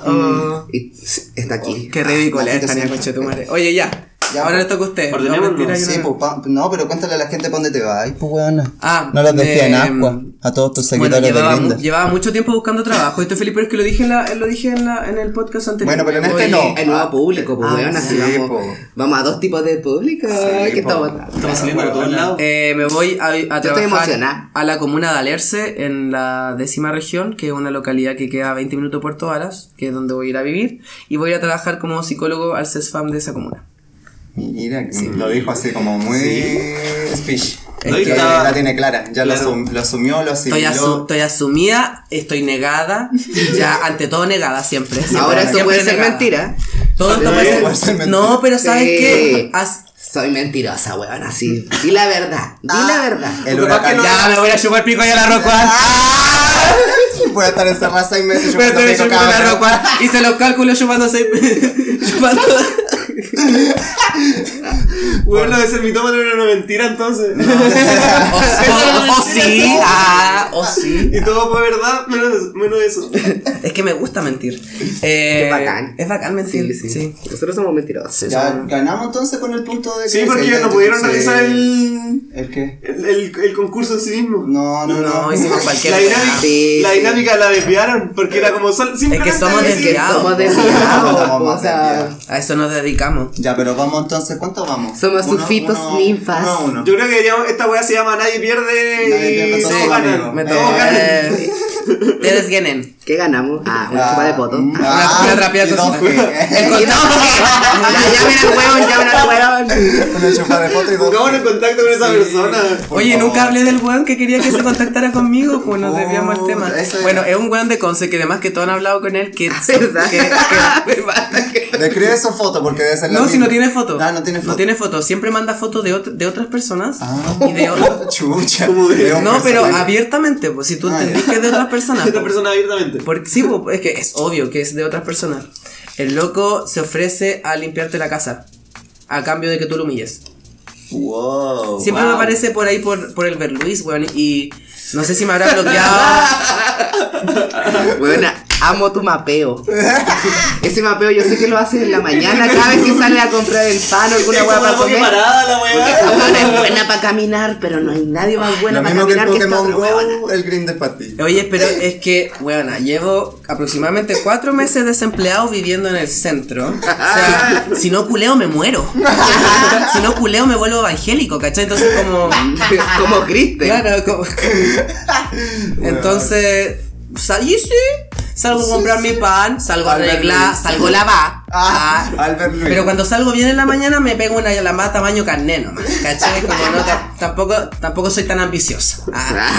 Speaker 4: Y está aquí.
Speaker 3: Qué ridículo
Speaker 6: Nati,
Speaker 3: es
Speaker 6: que
Speaker 3: Tania
Speaker 6: sí.
Speaker 3: Conchetumare. Oye, ya.
Speaker 8: Ya,
Speaker 3: Ahora
Speaker 8: pues.
Speaker 3: le toca a usted.
Speaker 1: Ordenémonos,
Speaker 3: No, mentira, yo no-
Speaker 8: Sí, pues, pa- no, pero cuéntale a la gente para dónde te vas, pues, weón.
Speaker 3: Ah,
Speaker 8: no los dejé en
Speaker 3: de-
Speaker 8: agua. A todos tus
Speaker 3: Bueno,
Speaker 8: seguidores
Speaker 3: llevaba,
Speaker 8: de
Speaker 3: mu-
Speaker 8: Linda.
Speaker 3: llevaba mucho tiempo buscando trabajo. Esto, Felipe, pero es que lo dije en, la, lo dije en, la, en el podcast anterior.
Speaker 8: Bueno, pero en
Speaker 3: Oye,
Speaker 8: este no.
Speaker 4: El nuevo público, pues,
Speaker 3: Ah, pues.
Speaker 4: weón, así
Speaker 8: sí,
Speaker 4: vamos.
Speaker 8: po.
Speaker 4: Vamos a dos tipos de público. que estamos.
Speaker 1: Estamos saliendo por todos lados.
Speaker 3: Eh, me voy a, a trabajar
Speaker 4: emocionada.
Speaker 3: a la comuna de Alerce, en la décima región, que es una localidad que queda a 20 minutos de Puerto Varas, que es donde voy a ir a vivir, y voy a trabajar como psicólogo al CESFAM de esa comuna.
Speaker 6: Mira, mm, lo dijo así como muy speech.
Speaker 1: No, y
Speaker 6: Ya
Speaker 1: estaba-
Speaker 6: la tiene clara, ya lo,
Speaker 1: Claro.
Speaker 6: asum- lo asumió, lo
Speaker 3: Estoy,
Speaker 6: asimiló.
Speaker 3: asu- estoy asumida, estoy
Speaker 4: <laughs>
Speaker 3: negada, ya ante todo negada siempre. siempre,
Speaker 4: Ahora eso
Speaker 3: siempre
Speaker 4: puede ser
Speaker 3: negada.
Speaker 4: mentira.
Speaker 3: Todo esto
Speaker 6: Pero
Speaker 3: puede
Speaker 6: puede
Speaker 3: ser-
Speaker 6: ser mentira.
Speaker 3: No, pero ¿sabes
Speaker 4: Sí.
Speaker 3: qué? Haz-
Speaker 4: Soy mentirosa, weón, así. Di la verdad, di la
Speaker 3: Ah.
Speaker 4: verdad.
Speaker 6: El huracán.
Speaker 3: Ya me voy a chupar pico y a la Rocuán.
Speaker 4: Ah,
Speaker 6: Puede estar encerrada seis meses
Speaker 3: Pero
Speaker 6: chupando
Speaker 3: te
Speaker 6: pico
Speaker 3: chupando
Speaker 6: cada
Speaker 3: la
Speaker 6: vez.
Speaker 3: Rocuán. Hice los cálculos chupando <laughs> seis. chupando.
Speaker 5: Bueno, lo de ser mitómano era una mentira entonces.
Speaker 3: <laughs> O, o- o sí, ah, o sí.
Speaker 5: <laughs> Y todo fue verdad, menos, menos eso.
Speaker 3: Es que me gusta mentir. Eh,
Speaker 4: Es bacán.
Speaker 3: Es bacán mentir, sí.
Speaker 4: Nosotros somos mentirosos.
Speaker 6: Ya ganamos entonces con el punto de que
Speaker 5: Sí, porque
Speaker 6: se
Speaker 5: ellos no
Speaker 6: intenta-
Speaker 5: pudieron
Speaker 6: sí.
Speaker 5: realizar el,
Speaker 6: ¿El qué?
Speaker 5: el, el- el concurso en sí mismo.
Speaker 6: No, no, no.
Speaker 3: No, hicimos cualquier
Speaker 5: La dinámica,
Speaker 4: Sí,
Speaker 5: la,
Speaker 4: sí.
Speaker 5: dinámica la desviaron porque era como sol- simplemente
Speaker 3: somos
Speaker 5: decir-
Speaker 4: Que
Speaker 3: desviados.
Speaker 4: somos
Speaker 6: Somos
Speaker 4: desviados,
Speaker 6: más
Speaker 4: o sea.
Speaker 6: desviados.
Speaker 3: A eso nos dedicamos.
Speaker 6: <laughs> Ya, pero vamos entonces, ¿cuánto vamos?
Speaker 4: Somos
Speaker 6: Uno,
Speaker 4: sufitos
Speaker 6: uno,
Speaker 4: ninfas.
Speaker 6: uno a uno.
Speaker 5: Yo creo que deberíamos- esta weá se llama Nadie pierde
Speaker 6: Nadie
Speaker 5: y
Speaker 6: pierde,
Speaker 5: todos
Speaker 6: todos
Speaker 5: ganan.
Speaker 6: amigos.
Speaker 3: Me
Speaker 6: Eh.
Speaker 5: Todos
Speaker 3: toca.
Speaker 5: ganan.
Speaker 3: Eh, Ustedes vienen.
Speaker 4: ¿Qué ganamos? Ah, una
Speaker 6: Ah,
Speaker 4: chupa de poto.
Speaker 6: mm,
Speaker 4: Ah.
Speaker 6: ah,
Speaker 3: Una- una trapeada
Speaker 6: y dos
Speaker 3: cosita.
Speaker 6: juegos.
Speaker 3: El <laughs> contado.
Speaker 4: Ya, llamen al huevón, llamen al huevón.
Speaker 6: Una chupa de foto
Speaker 5: <laughs>
Speaker 6: y dos
Speaker 5: Pongámonos en contacto con esa persona.
Speaker 6: Por
Speaker 3: Oye,
Speaker 6: favor.
Speaker 3: nunca hablé del weón que quería que se contactara conmigo, pues nos desviamos el tema.
Speaker 6: Puta, ese era.
Speaker 3: Bueno, es un weón de Conce que además que todos han hablado con él, que...
Speaker 4: ¿Verdad?
Speaker 3: que- que-
Speaker 6: Describe su foto porque debe ser la
Speaker 3: no, si
Speaker 6: misma.
Speaker 3: no tiene foto.
Speaker 6: Ah, no tiene foto.
Speaker 3: No tiene foto. Siempre manda fotos de, ot- de otras personas
Speaker 6: Ah.
Speaker 3: y de otros...
Speaker 6: <laughs> Chucha.
Speaker 5: de-
Speaker 6: Veo un
Speaker 3: No, pero
Speaker 6: personaje.
Speaker 3: abiertamente, pues si tú
Speaker 6: Ah,
Speaker 3: entendís
Speaker 6: ya.
Speaker 3: que es de
Speaker 6: <laughs>
Speaker 3: otras personas.
Speaker 5: Esta
Speaker 3: po.
Speaker 5: persona abiertamente.
Speaker 3: Porque sí, po, es que es obvio que es de otras personas. El loco se ofrece a limpiarte la casa. A cambio de que tú lo humilles.
Speaker 6: Oh, Wow.
Speaker 3: Siempre me aparece por ahí por, por el Berluis, weón. Y no sé si me habrá
Speaker 6: <laughs>
Speaker 3: bloqueado.
Speaker 4: Huevona, amo tu mapeo. Ese mapeo yo sé que lo haces en la mañana cada vez que sales a comprar el pan o alguna
Speaker 5: Es
Speaker 4: hueá
Speaker 5: como
Speaker 4: para
Speaker 5: la
Speaker 4: comer.
Speaker 5: parada la
Speaker 4: Esta
Speaker 5: weá.
Speaker 4: huevona es buena para caminar, pero no hay nadie más buena
Speaker 6: Lo
Speaker 4: para
Speaker 6: mismo que el
Speaker 4: caminar que esta
Speaker 6: Pokémon
Speaker 4: otra huevona.
Speaker 6: Go, el Green de Patty.
Speaker 3: Oye, pero es que, weón, llevo aproximadamente cuatro meses desempleado viviendo en el centro. O sea, si no culeo me muero. Si no culeo me vuelvo evangélico, ¿cachai? Entonces como.
Speaker 4: <laughs> Como Kristen.
Speaker 3: Claro, como- Entonces, salí sí. Salgo a comprar mi pan, salgo a
Speaker 6: Al
Speaker 3: arreglar,
Speaker 6: Berlín.
Speaker 3: salgo a lavar.
Speaker 6: Ah,
Speaker 3: Ah,
Speaker 6: Albert Luis.
Speaker 3: pero cuando salgo bien en la mañana me pego una llamada tamaño carné nomás.
Speaker 6: <laughs>
Speaker 3: ¿Cachai? Como no, ta- tampoco, tampoco soy tan ambiciosa. Ah,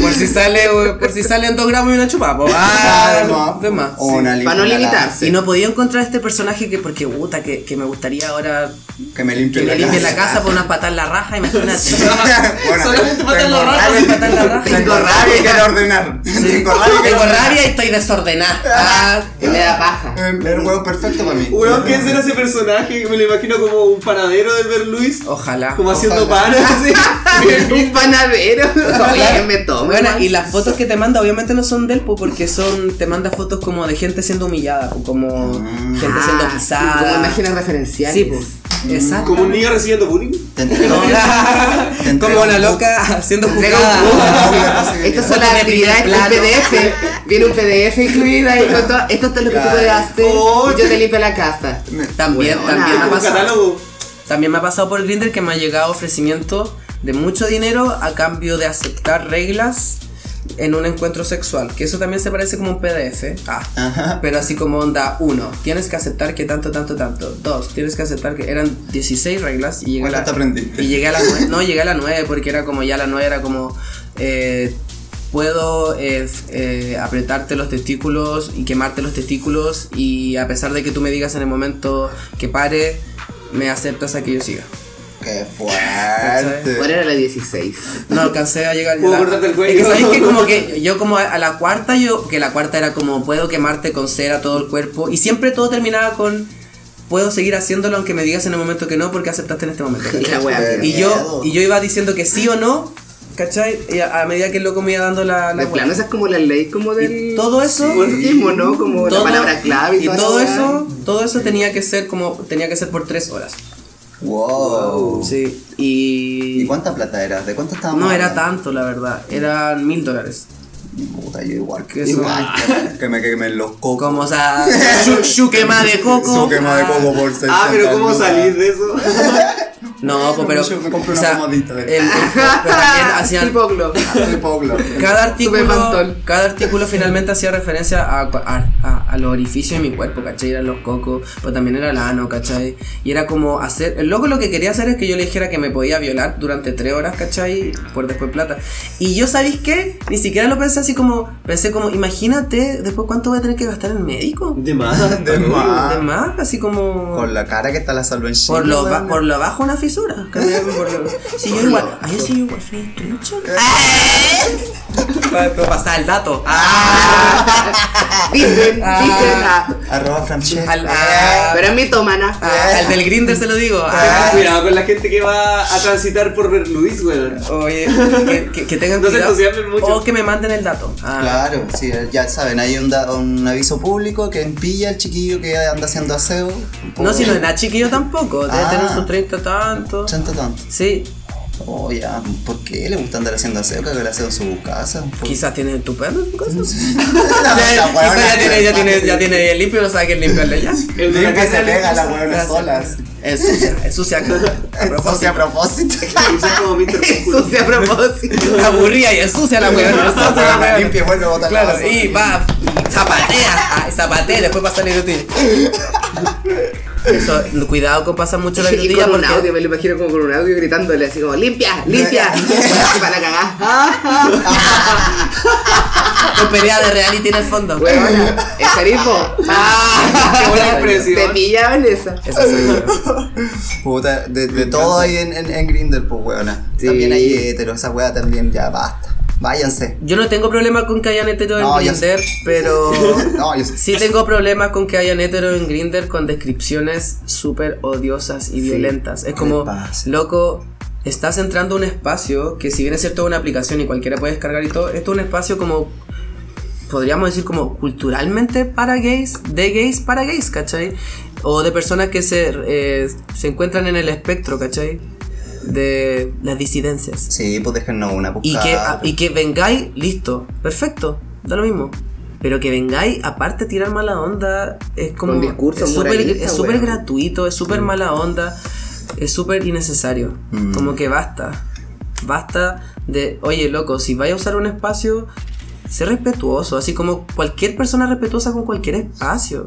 Speaker 3: por si sale, por si salen dos gramos y una chupa, po. Ah, de más.
Speaker 6: O una
Speaker 4: Para no
Speaker 6: limonada.
Speaker 4: limitarse.
Speaker 3: Y no podía encontrar este personaje que porque puta que, que me gustaría ahora
Speaker 6: Que me limpie
Speaker 3: que me
Speaker 6: la
Speaker 3: limpie la
Speaker 6: casa.
Speaker 3: casa por unas patas en la raja, imagínate.
Speaker 6: Bueno,
Speaker 5: Solamente para
Speaker 6: tengo
Speaker 5: estar la
Speaker 6: rabia.
Speaker 3: Patas en la raja.
Speaker 6: Tengo rabia y quiero ordenar. <laughs> Tengo rabia y quiero
Speaker 3: Tengo
Speaker 6: ordenar.
Speaker 3: rabia y estoy
Speaker 6: <laughs>
Speaker 3: desordenada. Ah,
Speaker 4: Y me da paja.
Speaker 6: Era un Em, huevo perfecto para mí.
Speaker 5: Weón, ¿qué será ese personaje? Me lo imagino como un panadero del Berluis.
Speaker 3: Oh, ojalá.
Speaker 5: Como haciendo pan,
Speaker 6: Ojalá.
Speaker 5: así.
Speaker 4: Un panadero. <laughs> Oye, me tomo.
Speaker 3: Bueno, y las fotos que te manda obviamente no son del po, porque son te manda fotos como de gente siendo humillada, po, como gente siendo
Speaker 4: Ah, Como
Speaker 3: pisada.
Speaker 4: imágenes referenciales.
Speaker 3: Sí, pues. Exacto. <laughs>
Speaker 5: Como un niño recibiendo bullying.
Speaker 6: Te entrego.
Speaker 3: Hola.
Speaker 6: Te entrego
Speaker 3: Como una
Speaker 6: un
Speaker 3: loca <laughs> siendo
Speaker 4: Entrega un <laughs>
Speaker 3: juzgada.
Speaker 4: book. Estas son
Speaker 3: Foto
Speaker 4: las
Speaker 3: de
Speaker 4: actividades,
Speaker 3: primer
Speaker 4: un PDF. Viene un PDF incluida y con todo. Esto es todo lo que tú
Speaker 6: Ya.
Speaker 4: puedes hacer.
Speaker 5: Oh,
Speaker 4: y yo te limpio la casa.
Speaker 3: También,
Speaker 6: Ah,
Speaker 4: Weona.
Speaker 3: también me ha
Speaker 5: Un
Speaker 3: pasado.
Speaker 5: catálogo.
Speaker 3: También me ha pasado por Grindr que me ha llegado ofrecimiento de mucho dinero a cambio de aceptar reglas en un encuentro sexual, que eso también se parece como un PDF. Ah.
Speaker 6: Ajá.
Speaker 3: Pero así como onda, uno, tienes que aceptar que tanto, tanto, tanto. Dos, tienes que aceptar que eran 16 reglas y llegué a la,
Speaker 6: ¿Cuántas te aprendiste?
Speaker 3: y llegué a la nue- No, llegué a la 9 porque era como ya la 9 era como... eh, Puedo eh, f- eh, apretarte los testículos y quemarte los testículos y a pesar de que tú me digas en el momento que pare, me aceptas a que yo siga.
Speaker 6: Qué
Speaker 4: ¿Cuál
Speaker 6: fuerte.
Speaker 4: era la 16?
Speaker 3: No alcancé a llegar.
Speaker 5: Puedo
Speaker 3: la-
Speaker 5: cortarte el cuello.
Speaker 3: Es que sabéis que como
Speaker 5: <laughs>
Speaker 3: que yo como a, a la cuarta yo que la cuarta era como puedo quemarte con cera todo el cuerpo y siempre todo terminaba con puedo seguir haciéndolo aunque me digas en el momento que no porque aceptaste en este momento.
Speaker 4: Y <laughs> la wea.
Speaker 3: y yo y yo iba diciendo que sí o no, ¿cachai? Y a, a medida que el loco me iba dando la, la
Speaker 4: De
Speaker 3: wea.
Speaker 4: plano, esa es como la ley como
Speaker 3: Y
Speaker 4: del.
Speaker 3: todo eso
Speaker 4: Mismo, ¿no? Como la
Speaker 3: todo-
Speaker 4: palabra clave
Speaker 3: y
Speaker 4: y, toda <laughs>
Speaker 3: todo
Speaker 4: esa wea.
Speaker 3: eso todo eso tenía que ser como tenía que ser por tres horas
Speaker 4: Oh.
Speaker 6: Wow.
Speaker 3: Sí. Y.
Speaker 6: ¿Y cuánta plata era? ¿De cuánto estábamos?
Speaker 3: No era
Speaker 6: hablando?
Speaker 3: tanto, la verdad. Eran mil dólares.
Speaker 6: Puta, yo igual que
Speaker 3: Eso.
Speaker 6: Igual
Speaker 3: <laughs>
Speaker 6: que- que me quemen los cocos.
Speaker 3: Como, o sea, su, su quema de coco.
Speaker 6: Su quema de
Speaker 3: Ah.
Speaker 6: coco por 60
Speaker 5: Ah, pero ¿cómo
Speaker 6: lucas.
Speaker 5: salir de eso?
Speaker 3: No,
Speaker 6: Yo
Speaker 3: pero.
Speaker 6: me compré
Speaker 3: o
Speaker 6: una
Speaker 3: sea,
Speaker 6: pomadita de-
Speaker 3: el- el-
Speaker 6: <laughs>
Speaker 3: pero también hacían-
Speaker 4: Ah, Tipo globo.
Speaker 6: Soy Pablo.
Speaker 3: cada artículo,
Speaker 4: Supermantol.
Speaker 3: cada artículo finalmente hacía referencia a, a, a- a los orificios de mi cuerpo, ¿cachai? Eran los cocos, pero también era el ano, ¿cachai? Y era como hacer... El loco lo que quería hacer es que yo le dijera que me podía violar durante tres horas, ¿cachai? Por después plata. Y yo, ¿sabéis qué? Ni siquiera lo pensé así como... Pensé como, imagínate después cuánto voy a tener que gastar en médico.
Speaker 5: De más.
Speaker 6: De más.
Speaker 3: De más, así como...
Speaker 6: Ah. Con la cara que está la salva en Chile,
Speaker 3: Por lo, ba-
Speaker 6: weón.
Speaker 3: por lo bajo una fisura. ¿cachai? Por lo- Eh. Si yo igual. Ay, si yo igual soy trucha. Para pasar el dato. <laughs> Ah.
Speaker 4: Dicen, dicen. ah,
Speaker 6: Arroba Francesca.
Speaker 3: Al, ah,
Speaker 4: pero es mitómana.
Speaker 3: ah,
Speaker 4: <laughs>
Speaker 3: al del grinder se lo digo. Ah.
Speaker 5: Cuidado con la gente que va a transitar por Luis, weón.
Speaker 3: Oye, que, que, que tengan
Speaker 5: No se
Speaker 3: cuidado.
Speaker 5: entusiasmen mucho.
Speaker 3: O que me manden el dato. Ah.
Speaker 6: Claro, sí, eh, ya saben, hay un, da- un aviso público que pilla al chiquillo que anda haciendo aseo.
Speaker 3: No, si no es nada chiquillo tampoco. Debe
Speaker 6: Ah.
Speaker 3: tener sus 30 tantos.
Speaker 6: Chanta tanto.
Speaker 3: Sí,
Speaker 6: Oh, ya, ¿por qué le gusta andar haciendo aseo? Caga el aseo en su casa. ¿Por
Speaker 3: quizás tiene tu perro en su casa. <laughs>
Speaker 6: La-
Speaker 3: Ya,
Speaker 6: la
Speaker 3: quizás
Speaker 6: huevona
Speaker 3: ya tiene, ya
Speaker 6: que-
Speaker 3: tiene, ya tiene bien limpio, no sabe que limpiarle ya.
Speaker 5: El de la
Speaker 6: que se
Speaker 5: casa
Speaker 6: pega las huevonas
Speaker 3: Gracias.
Speaker 6: solas.
Speaker 3: Es sucia, es
Speaker 6: <laughs>
Speaker 3: sucia. A
Speaker 6: <laughs> Eso sí,
Speaker 3: propósito.
Speaker 6: a propósito.
Speaker 3: <laughs>
Speaker 5: Usa como
Speaker 6: <laughs>
Speaker 5: Mr. Cool.
Speaker 4: Sucia a propósito.
Speaker 3: aburría y es sucia la weona. es sucia la <laughs>
Speaker 6: Huevona
Speaker 3: weona.
Speaker 6: limpia, vuelve a botar la
Speaker 3: Claro,
Speaker 6: basura.
Speaker 3: y va, y zapatea, ah, zapatea y después pasa la irutil. Eso, cuidado con pasa mucho la
Speaker 4: <laughs> Y
Speaker 3: irutil
Speaker 4: con un audio,
Speaker 3: porque... Ah,
Speaker 4: me lo imagino como con un audio gritándole así como limpia, limpia, para la cagada.
Speaker 3: con pelea de reality en el fondo.
Speaker 4: Huevona, el sheriffo.
Speaker 3: Ah.
Speaker 4: <laughs>
Speaker 5: buena
Speaker 4: Te
Speaker 5: expresión.
Speaker 4: pillaban esa.
Speaker 3: Eso soy yo.
Speaker 6: Puta, de, de todo hay en, en, en Grindr, pues weona.
Speaker 4: Sí.
Speaker 6: También hay hetero, esa wea también, ya basta. Váyanse.
Speaker 3: Yo no tengo problema con que hayan hetero en
Speaker 6: No, yo
Speaker 3: Grindr, pero
Speaker 6: <laughs> No, yo
Speaker 3: sí tengo problemas con que hayan hetero en Grindr con descripciones súper odiosas y violentas. Es como,
Speaker 6: pasa?
Speaker 3: loco, estás entrando a un espacio que si bien es cierto una aplicación y cualquiera puede descargar y todo, esto es un espacio como podríamos decir como culturalmente para gays, de gays para gays, ¿cachai? O de personas que se, eh, se encuentran en el espectro, ¿cachai? De las disidencias.
Speaker 6: Sí, pues déjennos una
Speaker 3: Y que, ah,
Speaker 6: buscada.
Speaker 3: y que vengáis, listo, perfecto, da lo mismo. Pero que vengáis, aparte de tirar mala onda, es como.
Speaker 4: Con discursos
Speaker 3: es súper-
Speaker 4: moralistas,
Speaker 3: Es súper
Speaker 4: weón. Mm.
Speaker 3: gratuito, es súper mala onda, es súper innecesario.
Speaker 6: Mm.
Speaker 3: Como que basta. Basta de, oye, loco, si vais a usar un espacio, sé respetuoso, así como cualquier persona respetuosa con cualquier espacio.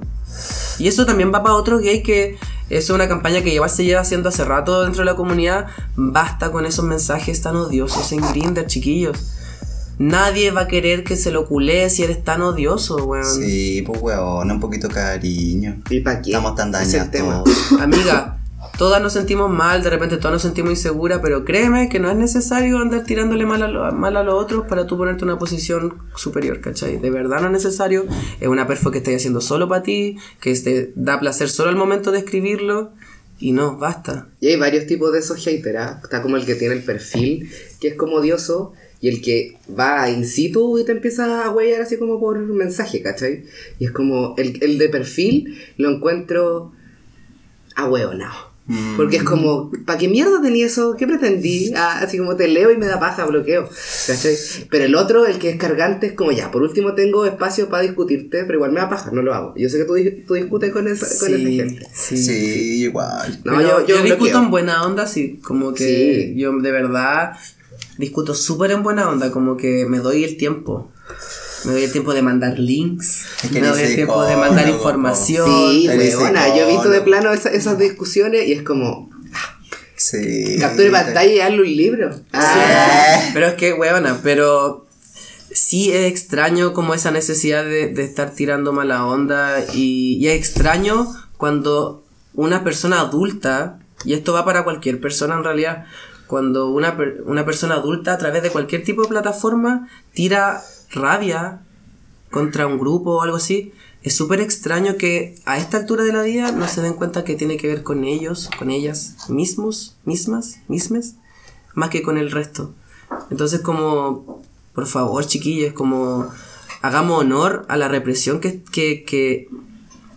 Speaker 3: Y eso también va para otros gays que es una campaña que igual se lleva haciendo hace rato dentro de la comunidad. Basta con esos mensajes tan odiosos en Grindr, chiquillos. Nadie va a querer que se lo culé si eres tan odioso, weón.
Speaker 6: Sí, pues weona, un poquito de cariño.
Speaker 4: ¿Y para qué?
Speaker 6: Estamos tan
Speaker 4: Es el
Speaker 6: dañados
Speaker 4: tema.
Speaker 6: todos.
Speaker 3: Amiga, todas nos sentimos mal, de repente todas nos sentimos inseguras, pero créeme que no es necesario andar tirándole mal a, lo- mal a los otros para tú ponerte en una posición superior, ¿cachai? De verdad no es necesario. Es una perfo que estás haciendo solo para ti, que te da placer solo al momento de escribirlo. Y no, basta.
Speaker 4: Y hay varios tipos de esos haters. ¿ah? Está como el que tiene el perfil, que es como odioso, y el que va in situ y te empieza a huellar así como por mensaje, ¿cachai? Y es como el, el de perfil lo encuentro a Porque es como, ¿para qué mierda tenía eso? ¿Qué pretendí? Ah, así como te leo y me da paja, bloqueo. ¿Cachai? Pero el otro, el que es cargante, es como ya, por último tengo espacio para discutirte, pero igual me da paja, no lo hago. Yo sé que tú, dis- tú discutes con esa, con esa gente.
Speaker 3: sí.
Speaker 6: Sí, igual.
Speaker 4: No,
Speaker 3: Pero
Speaker 4: yo, yo,
Speaker 3: discuto
Speaker 4: bloqueo.
Speaker 3: en buena onda, sí. Como que
Speaker 4: Sí.
Speaker 3: yo de verdad discuto súper en buena onda, como que me doy el tiempo. Me doy el tiempo de mandar links,
Speaker 6: Es que
Speaker 3: me doy
Speaker 6: eres
Speaker 3: el tiempo de mandar
Speaker 6: psicólogo,
Speaker 3: información.
Speaker 4: Sí,
Speaker 6: Eres
Speaker 4: weona, yo he visto de
Speaker 6: psicólogo.
Speaker 4: plano esa- esas discusiones y es como,
Speaker 6: Sí.
Speaker 4: capture pantalla y hazle un libro. Ah,
Speaker 6: Eh,
Speaker 3: Pero es que, weona, pero sí es extraño como esa necesidad de, de estar tirando mala onda y, y es extraño cuando una persona adulta, y esto va para cualquier persona en realidad, cuando una, per- una persona adulta a través de cualquier tipo de plataforma tira rabia contra un grupo o algo así, es súper extraño que a esta altura de la vida no se den cuenta que tiene que ver con ellos, con ellas mismos, mismas, mismes, más que con el resto. Entonces como, por favor chiquillos, como hagamos honor a la represión que, que, que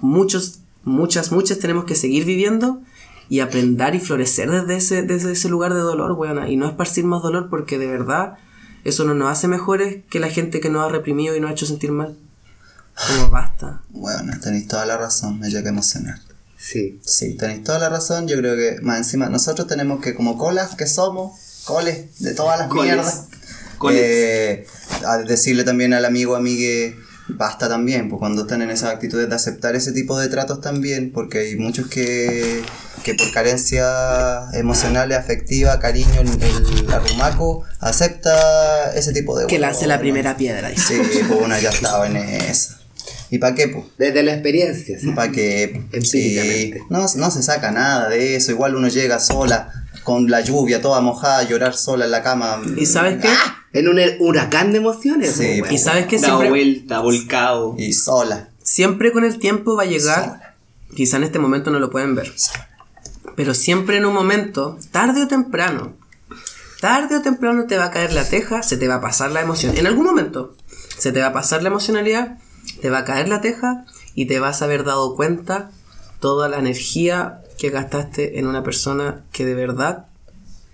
Speaker 3: muchos, muchas, muchas tenemos que seguir viviendo y aprender y florecer desde ese, desde ese lugar de dolor, weona. Y no esparcir más dolor porque de verdad eso no nos hace mejores que la gente que nos ha reprimido y nos ha hecho sentir mal. Como basta.
Speaker 6: Bueno, tenéis toda la razón, me llega a emocionar.
Speaker 4: Sí.
Speaker 6: Sí, tenéis toda la razón. Yo creo que más encima nosotros tenemos que, como colas que somos, coles de todas las
Speaker 1: Coles.
Speaker 6: mierdas,
Speaker 1: Coles.
Speaker 6: eh, a decirle también al amigo amigue basta también, pues cuando están en esas actitudes de aceptar ese tipo de tratos también, porque hay muchos que, que por carencia emocional, afectiva, cariño, el, el arrumaco acepta ese tipo de
Speaker 3: Que lance la
Speaker 6: huevones.
Speaker 3: primera piedra. dice.
Speaker 6: Sí, pues bueno, ya estaba en esa. ¿Y para qué, pues?
Speaker 4: Desde la experiencia, sí.
Speaker 1: <clears throat>
Speaker 6: para que
Speaker 4: Empíricamente.
Speaker 6: sí, no, no se saca nada de eso. Igual uno llega sola, con la lluvia toda mojada, llorar sola en la cama. mm,
Speaker 3: ¿Y sabes qué?
Speaker 4: En un huracán de emociones.
Speaker 6: Sí,
Speaker 4: pues,
Speaker 6: po.
Speaker 4: weón.
Speaker 3: ¿Y sabes qué?
Speaker 1: Da
Speaker 3: Siempre,
Speaker 1: vuelta, volcado.
Speaker 6: Y sola.
Speaker 3: siempre con el tiempo va a llegar, quizá en este momento no lo pueden ver, pero siempre en un momento, tarde o temprano, tarde o temprano te va a caer la teja, se te va a pasar la emoción. En algún momento se te va a pasar la emocionalidad, te va a caer la teja y te vas a haber dado cuenta toda la energía que gastaste en una persona que de verdad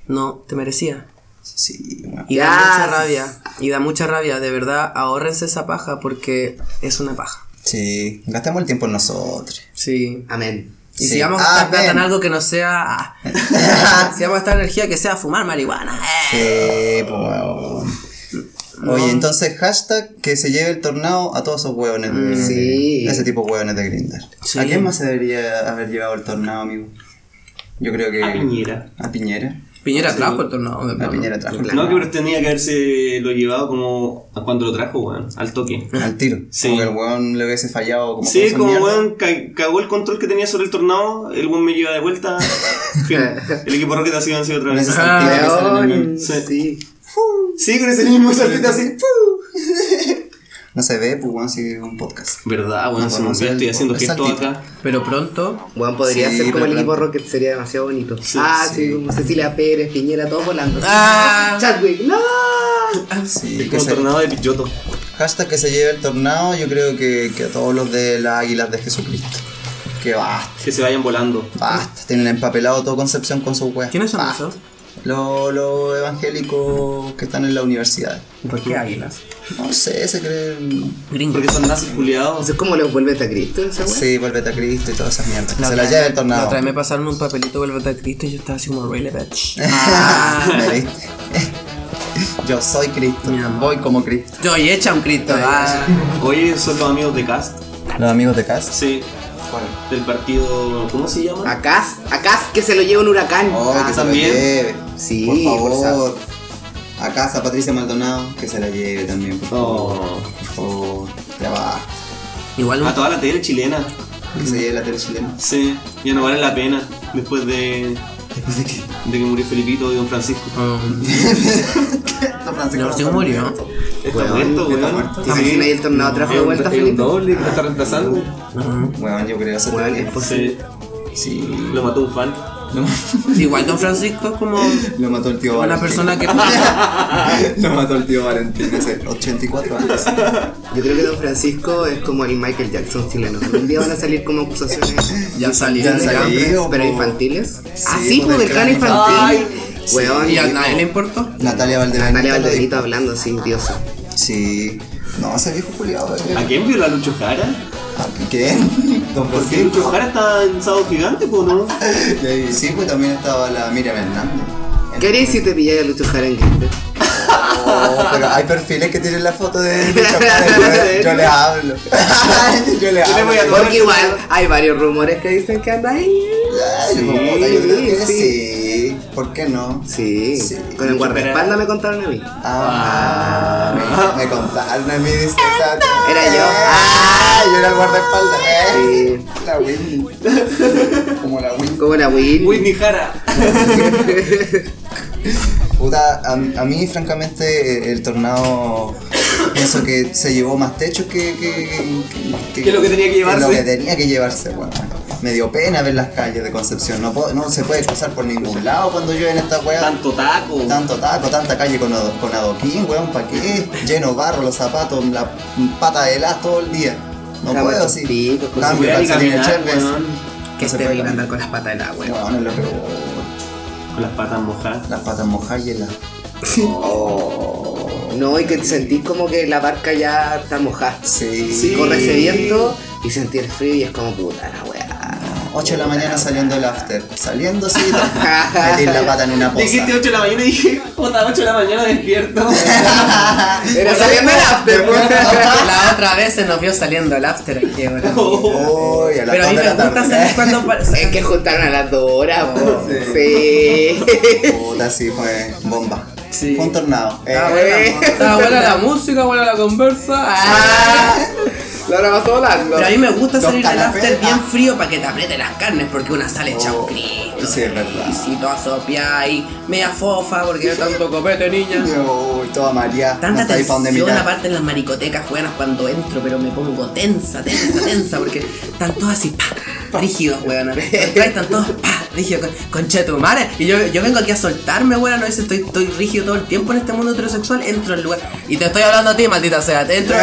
Speaker 3: no te merecía.
Speaker 6: Sí, bueno.
Speaker 3: Y da
Speaker 4: Yes.
Speaker 3: mucha rabia, y da mucha rabia, de verdad, ahórrense esa paja porque es una paja.
Speaker 6: Sí, gastemos el tiempo en nosotros.
Speaker 3: Sí.
Speaker 4: Amén.
Speaker 3: Y
Speaker 6: Sí.
Speaker 3: si vamos a gastar
Speaker 6: Ah,
Speaker 3: plata en
Speaker 6: ven.
Speaker 3: algo que no sea. ah. si vamos a gastar energía que sea fumar marihuana. eh.
Speaker 6: Sí, pues, weón. Oye, entonces hashtag que se lleve el tornado a todos esos hueones de,
Speaker 1: Mm,
Speaker 4: Sí.
Speaker 6: ese tipo de hueones de Grindr.
Speaker 3: Sí.
Speaker 6: ¿A quién más se debería haber llevado el tornado, amigo? Yo creo que.
Speaker 1: A Piñera.
Speaker 6: A Piñera.
Speaker 3: Piñera trajo el tornado.
Speaker 6: A Piñera trajo el
Speaker 1: No, que tenía que haberse lo llevado como a cuando lo trajo, weón, al toque.
Speaker 6: Al tiro.
Speaker 1: Sí.
Speaker 6: Como que el weón le hubiese fallado. Como
Speaker 1: Sí,
Speaker 6: cosa
Speaker 1: como
Speaker 6: mierda.
Speaker 1: weón ca- cagó el control que tenía sobre el tornado, el weón me lleva de
Speaker 6: <laughs>
Speaker 1: vuelta. Fin. El equipo Rocket ha sido así otra
Speaker 6: Con ese
Speaker 1: vez.
Speaker 3: Ah,
Speaker 6: sentido que sale en el-
Speaker 4: Weón,
Speaker 1: Sí.
Speaker 4: sí.
Speaker 1: Sí, con ese mismo saltito así.
Speaker 6: No se ve, pues weón, sigue un podcast.
Speaker 1: Verdad, weón,
Speaker 6: No,
Speaker 1: se me
Speaker 6: no,
Speaker 1: olvidó,
Speaker 6: sí,
Speaker 1: estoy haciendo
Speaker 6: el
Speaker 1: gestos
Speaker 6: saltito.
Speaker 1: acá.
Speaker 3: Pero pronto.
Speaker 4: Weón, podría
Speaker 6: Sí,
Speaker 4: ser como el
Speaker 6: verdad.
Speaker 4: equipo Rocket, sería demasiado bonito.
Speaker 1: Sí,
Speaker 4: ah,
Speaker 6: sí.
Speaker 4: sí. como Cecilia Pérez, Piñera, todos volando.
Speaker 3: Ah.
Speaker 4: Chadwick, no.
Speaker 6: Sí,
Speaker 1: Es
Speaker 6: que
Speaker 1: como
Speaker 6: se,
Speaker 1: tornado de pilloto.
Speaker 6: hashtag que se lleve el tornado, yo creo que, que a todos los de las águilas de Jesucristo. Que basta,
Speaker 1: Que se vayan volando.
Speaker 6: basta. Tienen empapelado toda Concepción con sus weas.
Speaker 3: ¿Quiénes son
Speaker 6: Basta.
Speaker 3: esos?
Speaker 6: Los los evangélicos que están en la universidad.
Speaker 3: ¿Por qué águilas?
Speaker 6: No sé, se creen.
Speaker 3: Gringos.
Speaker 1: Porque son nazis culiados.
Speaker 4: Entonces, ¿cómo los vuelves a Cristo esa weón?
Speaker 6: Sí, vuelvete a Cristo y todas esas mierdas.
Speaker 3: La
Speaker 6: se
Speaker 3: otra
Speaker 6: la lleve
Speaker 3: vez-
Speaker 6: el tornado.
Speaker 3: La otra vez me pasaron un papelito vuelvo a Cristo y yo estaba así como really bitch.
Speaker 6: Ah, ¿Me viste? <laughs> Yo soy Cristo.
Speaker 3: Ah. Mi amor.
Speaker 6: Voy como Cristo.
Speaker 3: yo y echa un Cristo. ah.
Speaker 1: Oye, son los amigos de Cast.
Speaker 6: Los amigos de casa.
Speaker 1: Sí. Del partido. ¿Cómo se llama?
Speaker 4: A Cass, a Cass que se lo lleva un huracán.
Speaker 6: Oh,
Speaker 4: Ah,
Speaker 6: que se la
Speaker 1: también.
Speaker 6: lleve.
Speaker 4: Sí,
Speaker 6: por
Speaker 4: por
Speaker 6: favor.
Speaker 4: favor.
Speaker 6: a casa Patricia Maldonado, que se la lleve también, por favor.
Speaker 1: Oh.
Speaker 6: Por favor. Ya va.
Speaker 3: Igual
Speaker 1: A <laughs>
Speaker 3: un-
Speaker 1: toda la tele chilena.
Speaker 6: Que se lleve la tele chilena.
Speaker 1: Sí. Ya no vale la pena. Después de. De que murió Felipito y Don Francisco.
Speaker 3: um,
Speaker 6: Don Francisco
Speaker 3: no, se
Speaker 6: González.
Speaker 3: murió.
Speaker 1: Está muerto,
Speaker 6: está
Speaker 1: weón.
Speaker 6: muerto.
Speaker 4: ¿Te imaginas ahí el tornado otra vez
Speaker 1: Es
Speaker 4: de
Speaker 1: un-
Speaker 4: vuelta,
Speaker 1: es un
Speaker 4: Felipe?
Speaker 1: doble que lo está reemplazando.
Speaker 3: Ujú.
Speaker 6: Bueno, yo creo que eso
Speaker 4: Weón,
Speaker 6: tiene-
Speaker 4: es posible.
Speaker 1: pues, Sí.
Speaker 6: Pues Sí.
Speaker 1: Lo mató un fan.
Speaker 6: Lo,
Speaker 3: Igual Don Francisco es como
Speaker 6: lo mató el tío
Speaker 3: una
Speaker 6: Valentín.
Speaker 3: persona que.
Speaker 6: <laughs> Lo mató el tío Valentín hace 84 años.
Speaker 4: Yo creo que Don Francisco es como el Michael Jackson chileno. Un día van a salir como acusaciones.
Speaker 3: Ya
Speaker 6: Ya
Speaker 3: salieron.
Speaker 6: han
Speaker 3: ya.
Speaker 6: salido,
Speaker 4: Pero
Speaker 6: po.
Speaker 4: infantiles. ah,
Speaker 6: Sí,
Speaker 4: sí,
Speaker 6: po,
Speaker 4: pues
Speaker 6: del
Speaker 4: del clan
Speaker 6: clan
Speaker 4: infantil. Weón,
Speaker 3: ¿Y a
Speaker 4: y-
Speaker 3: nadie le importó?
Speaker 6: Natalia Valdebenito.
Speaker 4: Natalia
Speaker 6: lo dijo.
Speaker 4: Valderito hablando, sí, Dios.
Speaker 6: Sí. No, ese viejo eh. culiado.
Speaker 1: ¿A quién vio la Lucho Jara?
Speaker 6: ¿Qué? Don
Speaker 1: Porque Lucho
Speaker 6: Francisco.
Speaker 1: Jara está en Sábado Gigante, pues no.
Speaker 6: <laughs> Y ahí sí, pues también estaba la Miriam Hernández.
Speaker 4: ¿Qué harías si te pilláis a Lucho Jara en Grindr?
Speaker 6: Oh, pero hay perfiles que tienen la foto de Lucho Jara, yo, yo les hablo. <laughs> yo les
Speaker 1: Yo le voy a
Speaker 6: hablo.
Speaker 1: tomar-
Speaker 4: Porque igual hay varios rumores que dicen que anda ahí.
Speaker 6: Ay, puta, yo creo que
Speaker 4: sí.
Speaker 6: sí. ¿Por qué no?
Speaker 4: Sí,
Speaker 6: Sí.
Speaker 4: con el guardaespaldas me contaron a mí.
Speaker 6: Ah, me, me contaron a mí de este tato.
Speaker 4: Era yo.
Speaker 6: Ah, yo era el guardaespaldas. Eh.
Speaker 4: Sí.
Speaker 6: La Whitney. Como la Whitney.
Speaker 4: ¿Cómo era Will?
Speaker 1: Whitney Jara.
Speaker 6: Puta, a, a mí francamente eh, el tornado pienso que se llevó más techos que, que,
Speaker 1: Que lo que tenía que llevarse.
Speaker 6: lo que tenía que llevarse, weón. Me dio pena ver las calles de Concepción. No, puedo- no se puede cruzar por ningún lado cuando llueve en esta weá.
Speaker 1: Tanto taco.
Speaker 6: Tanto taco, tanta calle con, ado- con adoquín, weón, ¿para qué? Lleno de barro, los zapatos, la pata de las todo el día. No
Speaker 4: Cama
Speaker 6: puedo
Speaker 4: con
Speaker 6: así.
Speaker 4: pico, con
Speaker 6: Cambio,
Speaker 5: Ah,
Speaker 1: seguridad y
Speaker 6: calcetines
Speaker 1: caminar,
Speaker 5: pues.
Speaker 6: cherves.
Speaker 1: weón.
Speaker 3: Que
Speaker 6: No
Speaker 3: es
Speaker 6: se puede
Speaker 3: terrible
Speaker 6: caminar.
Speaker 3: andar con las patas en la agua.
Speaker 6: Bueno, es lo peor.
Speaker 1: Con las patas mojadas.
Speaker 6: Las patas mojadas y el
Speaker 4: <laughs> No, y que sentís como que la barca ya está mojada.
Speaker 6: Sí.
Speaker 4: Sí. Corre ese viento y sentí el frío y es como puta la weá.
Speaker 6: 8 de la mañana saliendo el after. Saliendo,
Speaker 3: <laughs>
Speaker 6: sí. Metir la pata en una poza.
Speaker 5: Dijiste 8 de la mañana y dije, puta, 8 de la mañana despierto.
Speaker 4: Era saliendo el after, <laughs> po.
Speaker 3: La otra vez se nos vio saliendo al after aquí, bueno.
Speaker 6: Uy, a las
Speaker 3: Pero a
Speaker 6: dos
Speaker 3: mí
Speaker 6: de
Speaker 3: me
Speaker 6: la
Speaker 3: gusta salir
Speaker 6: tarde.
Speaker 3: cuando.
Speaker 4: Es que juntaron a las dos horas, po.
Speaker 6: Sí. <laughs>
Speaker 4: Sí. <laughs>
Speaker 6: Puta, sí, fue bomba.
Speaker 3: Sí. Ah,
Speaker 6: Fue un tornado. Eh,
Speaker 3: Estaba buena la mu- <laughs> estaba buena la música, buena la conversa. Ah.
Speaker 4: La hora pasó volando.
Speaker 3: Pero a mí me gusta
Speaker 6: Los
Speaker 3: salir del
Speaker 6: canapés,
Speaker 3: after bien
Speaker 6: ah.
Speaker 3: frío para que te apriete las carnes, porque una sale chao
Speaker 6: Oh,
Speaker 3: cristo.
Speaker 6: sí, es verdad.
Speaker 3: Y si toda sopia y media fofa, porque hay tanto copete, niña.
Speaker 6: Uy, toda María.
Speaker 3: Tanta
Speaker 6: no sabéis pa' dónde
Speaker 3: tensión
Speaker 6: mirar.
Speaker 3: aparte en las maricotecas buenas cuando entro, pero me pongo tensa, tensa, tensa, porque están todos así, pa, rígidos, weón.
Speaker 6: <laughs>
Speaker 3: Están todos, pa, rígidos, con, concha de tu madre. Y yo, yo vengo aquí a soltarme, weón, no dice, estoy, estoy rígido todo el tiempo en este mundo heterosexual, entro al lugar. Y te estoy hablando a ti, maldita sea, te
Speaker 6: <laughs>
Speaker 3: entro.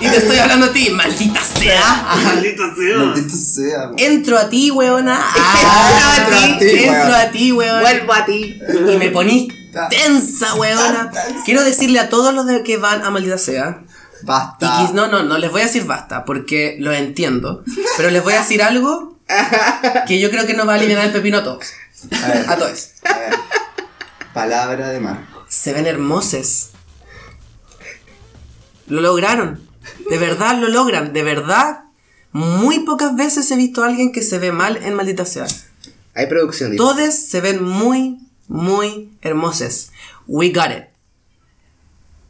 Speaker 3: y te estoy hablando a ti, maldita sea.
Speaker 6: <laughs>
Speaker 1: Maldita sea.
Speaker 6: <laughs> <laughs> Maldito sea, güey.
Speaker 3: Entro a ti, weona.
Speaker 6: <laughs> Entro a ti,
Speaker 3: entro
Speaker 6: weón.
Speaker 3: a ti, weón
Speaker 4: Vuelvo a ti.
Speaker 3: y me ponís tensa, weona. Quiero decirle a todos los de que van a maldita sea. Y
Speaker 6: Basta.
Speaker 3: quis- no, no, no les voy a decir basta, porque lo entiendo. Pero les voy a decir algo que yo creo que nos va a aliviar el pepino a todos.
Speaker 6: A ver,
Speaker 3: A todos.
Speaker 6: a ver. Palabra de Marco.
Speaker 3: Se ven hermosos. Lo lograron. De verdad lo logran. De verdad. Muy pocas veces he visto a alguien que se ve mal en maldita sea.
Speaker 4: Hay producción. dice.
Speaker 3: Todos se ven muy, muy hermosos. We got it.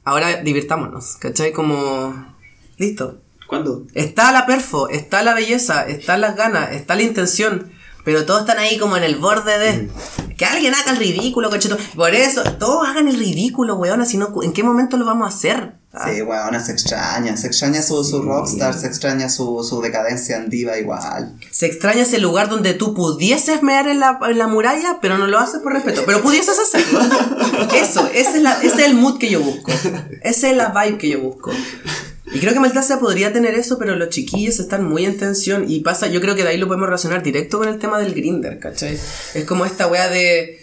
Speaker 3: Ahora divirtámonos, ¿cachai? Como... Listo.
Speaker 1: ¿Cuándo?
Speaker 3: Está la perfo, está la belleza, están las ganas, está la intención. Pero todos están ahí como en el borde de... Que alguien haga el ridículo, concheto. Por eso, todos hagan el ridículo, weona. Si no, ¿en qué momento lo vamos a hacer? Ah,
Speaker 6: Sí, weona, se extraña. Se extraña su, su rockstar, se extraña su, su decadencia en diva igual.
Speaker 3: Se extraña ese lugar donde tú pudieses mear en la, en la muralla, pero no lo haces por respeto. Pero pudieses hacerlo. Eso, ese es, la- ese es el mood que yo busco. Esa es la vibe que yo busco. Y creo que Maldita sea podría tener eso, pero los chiquillos están muy en tensión. Y pasa, yo creo que de ahí lo podemos relacionar directo con el tema del grinder, ¿cachai? Es como esta wea de.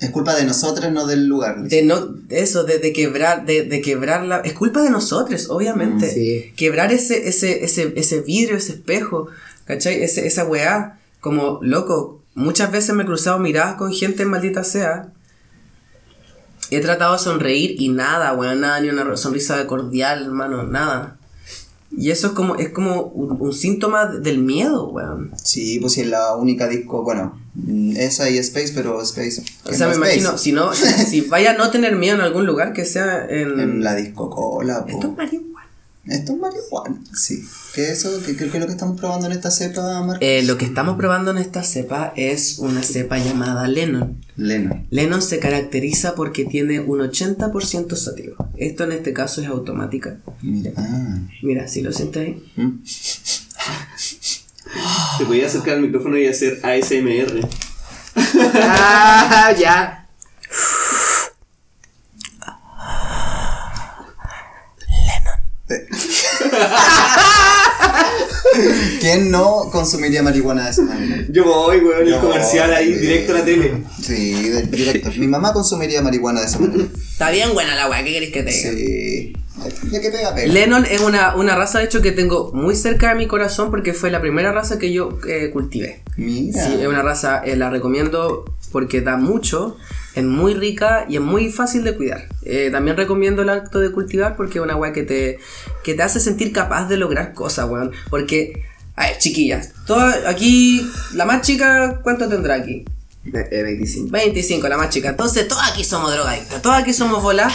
Speaker 6: Es culpa de nosotros, no del lugar. Liz.
Speaker 3: De no, de eso, de, de quebrar, de, de quebrar la... Es culpa de nosotros, obviamente.
Speaker 6: Mm,
Speaker 4: sí.
Speaker 3: Quebrar ese, ese, ese, ese vidrio, ese espejo, ¿cachai? Ese- esa weá, como, loco, muchas veces me he cruzado miradas con gente, maldita sea. He tratado de sonreír y nada, weón, nada, ni una sonrisa cordial, hermano, nada. Y eso es como, es como un, un síntoma del miedo, weón.
Speaker 6: Sí, pues sí, es la única disco. Bueno, mm, esa y Space, pero Space.
Speaker 3: O
Speaker 6: que
Speaker 3: sea,
Speaker 6: no
Speaker 3: me
Speaker 6: Space,
Speaker 3: imagino, si
Speaker 6: <laughs>
Speaker 3: no, si vaya a no tener miedo en algún lugar, que sea en...
Speaker 6: En la disco cola,
Speaker 3: Esto es marihuana.
Speaker 6: Esto es marihuana. Sí. Que eso, que creo que es lo que estamos probando en esta cepa, Marco.
Speaker 3: Eh, lo que estamos probando en esta cepa es una cepa llamada Lennon.
Speaker 6: Lena.
Speaker 3: Lennon se caracteriza porque tiene un 80% sótico. Esto en este caso es automática.
Speaker 6: Mira. Ah.
Speaker 3: Mira, si lo sientes ahí.
Speaker 1: Te voy a acercar al micrófono y hacer ASMR.
Speaker 4: Ah, ya.
Speaker 6: ¿Quién no consumiría marihuana de esa manera?
Speaker 5: Yo voy, weón, <laughs> el
Speaker 6: No,
Speaker 5: comercial ahí,
Speaker 6: sí.
Speaker 5: directo a la tele.
Speaker 6: Sí, de- directo. Mi mamá consumiría marihuana de esa
Speaker 3: <laughs>
Speaker 6: manera.
Speaker 3: Está bien buena la weá, ¿qué querés que te diga?
Speaker 6: Sí. Ya que pega, pega.
Speaker 3: Lennon es una, una raza, de hecho, que tengo muy cerca de mi corazón porque fue la primera raza que yo eh, cultivé.
Speaker 6: Mira. <laughs>
Speaker 3: Sí, es una raza, eh, <laughs> la recomiendo porque da mucho, es muy rica y es muy fácil de cuidar. Eh, también recomiendo el acto de cultivar porque es una weá que te, que te hace sentir capaz de lograr cosas, weón. Porque, a ver, chiquillas, toda- aquí, la más chica, ¿cuánto tendrá aquí?
Speaker 4: Ve- eh, 25.
Speaker 3: 25, la más chica. Entonces, todos aquí somos drogadictas, todos aquí somos bolas.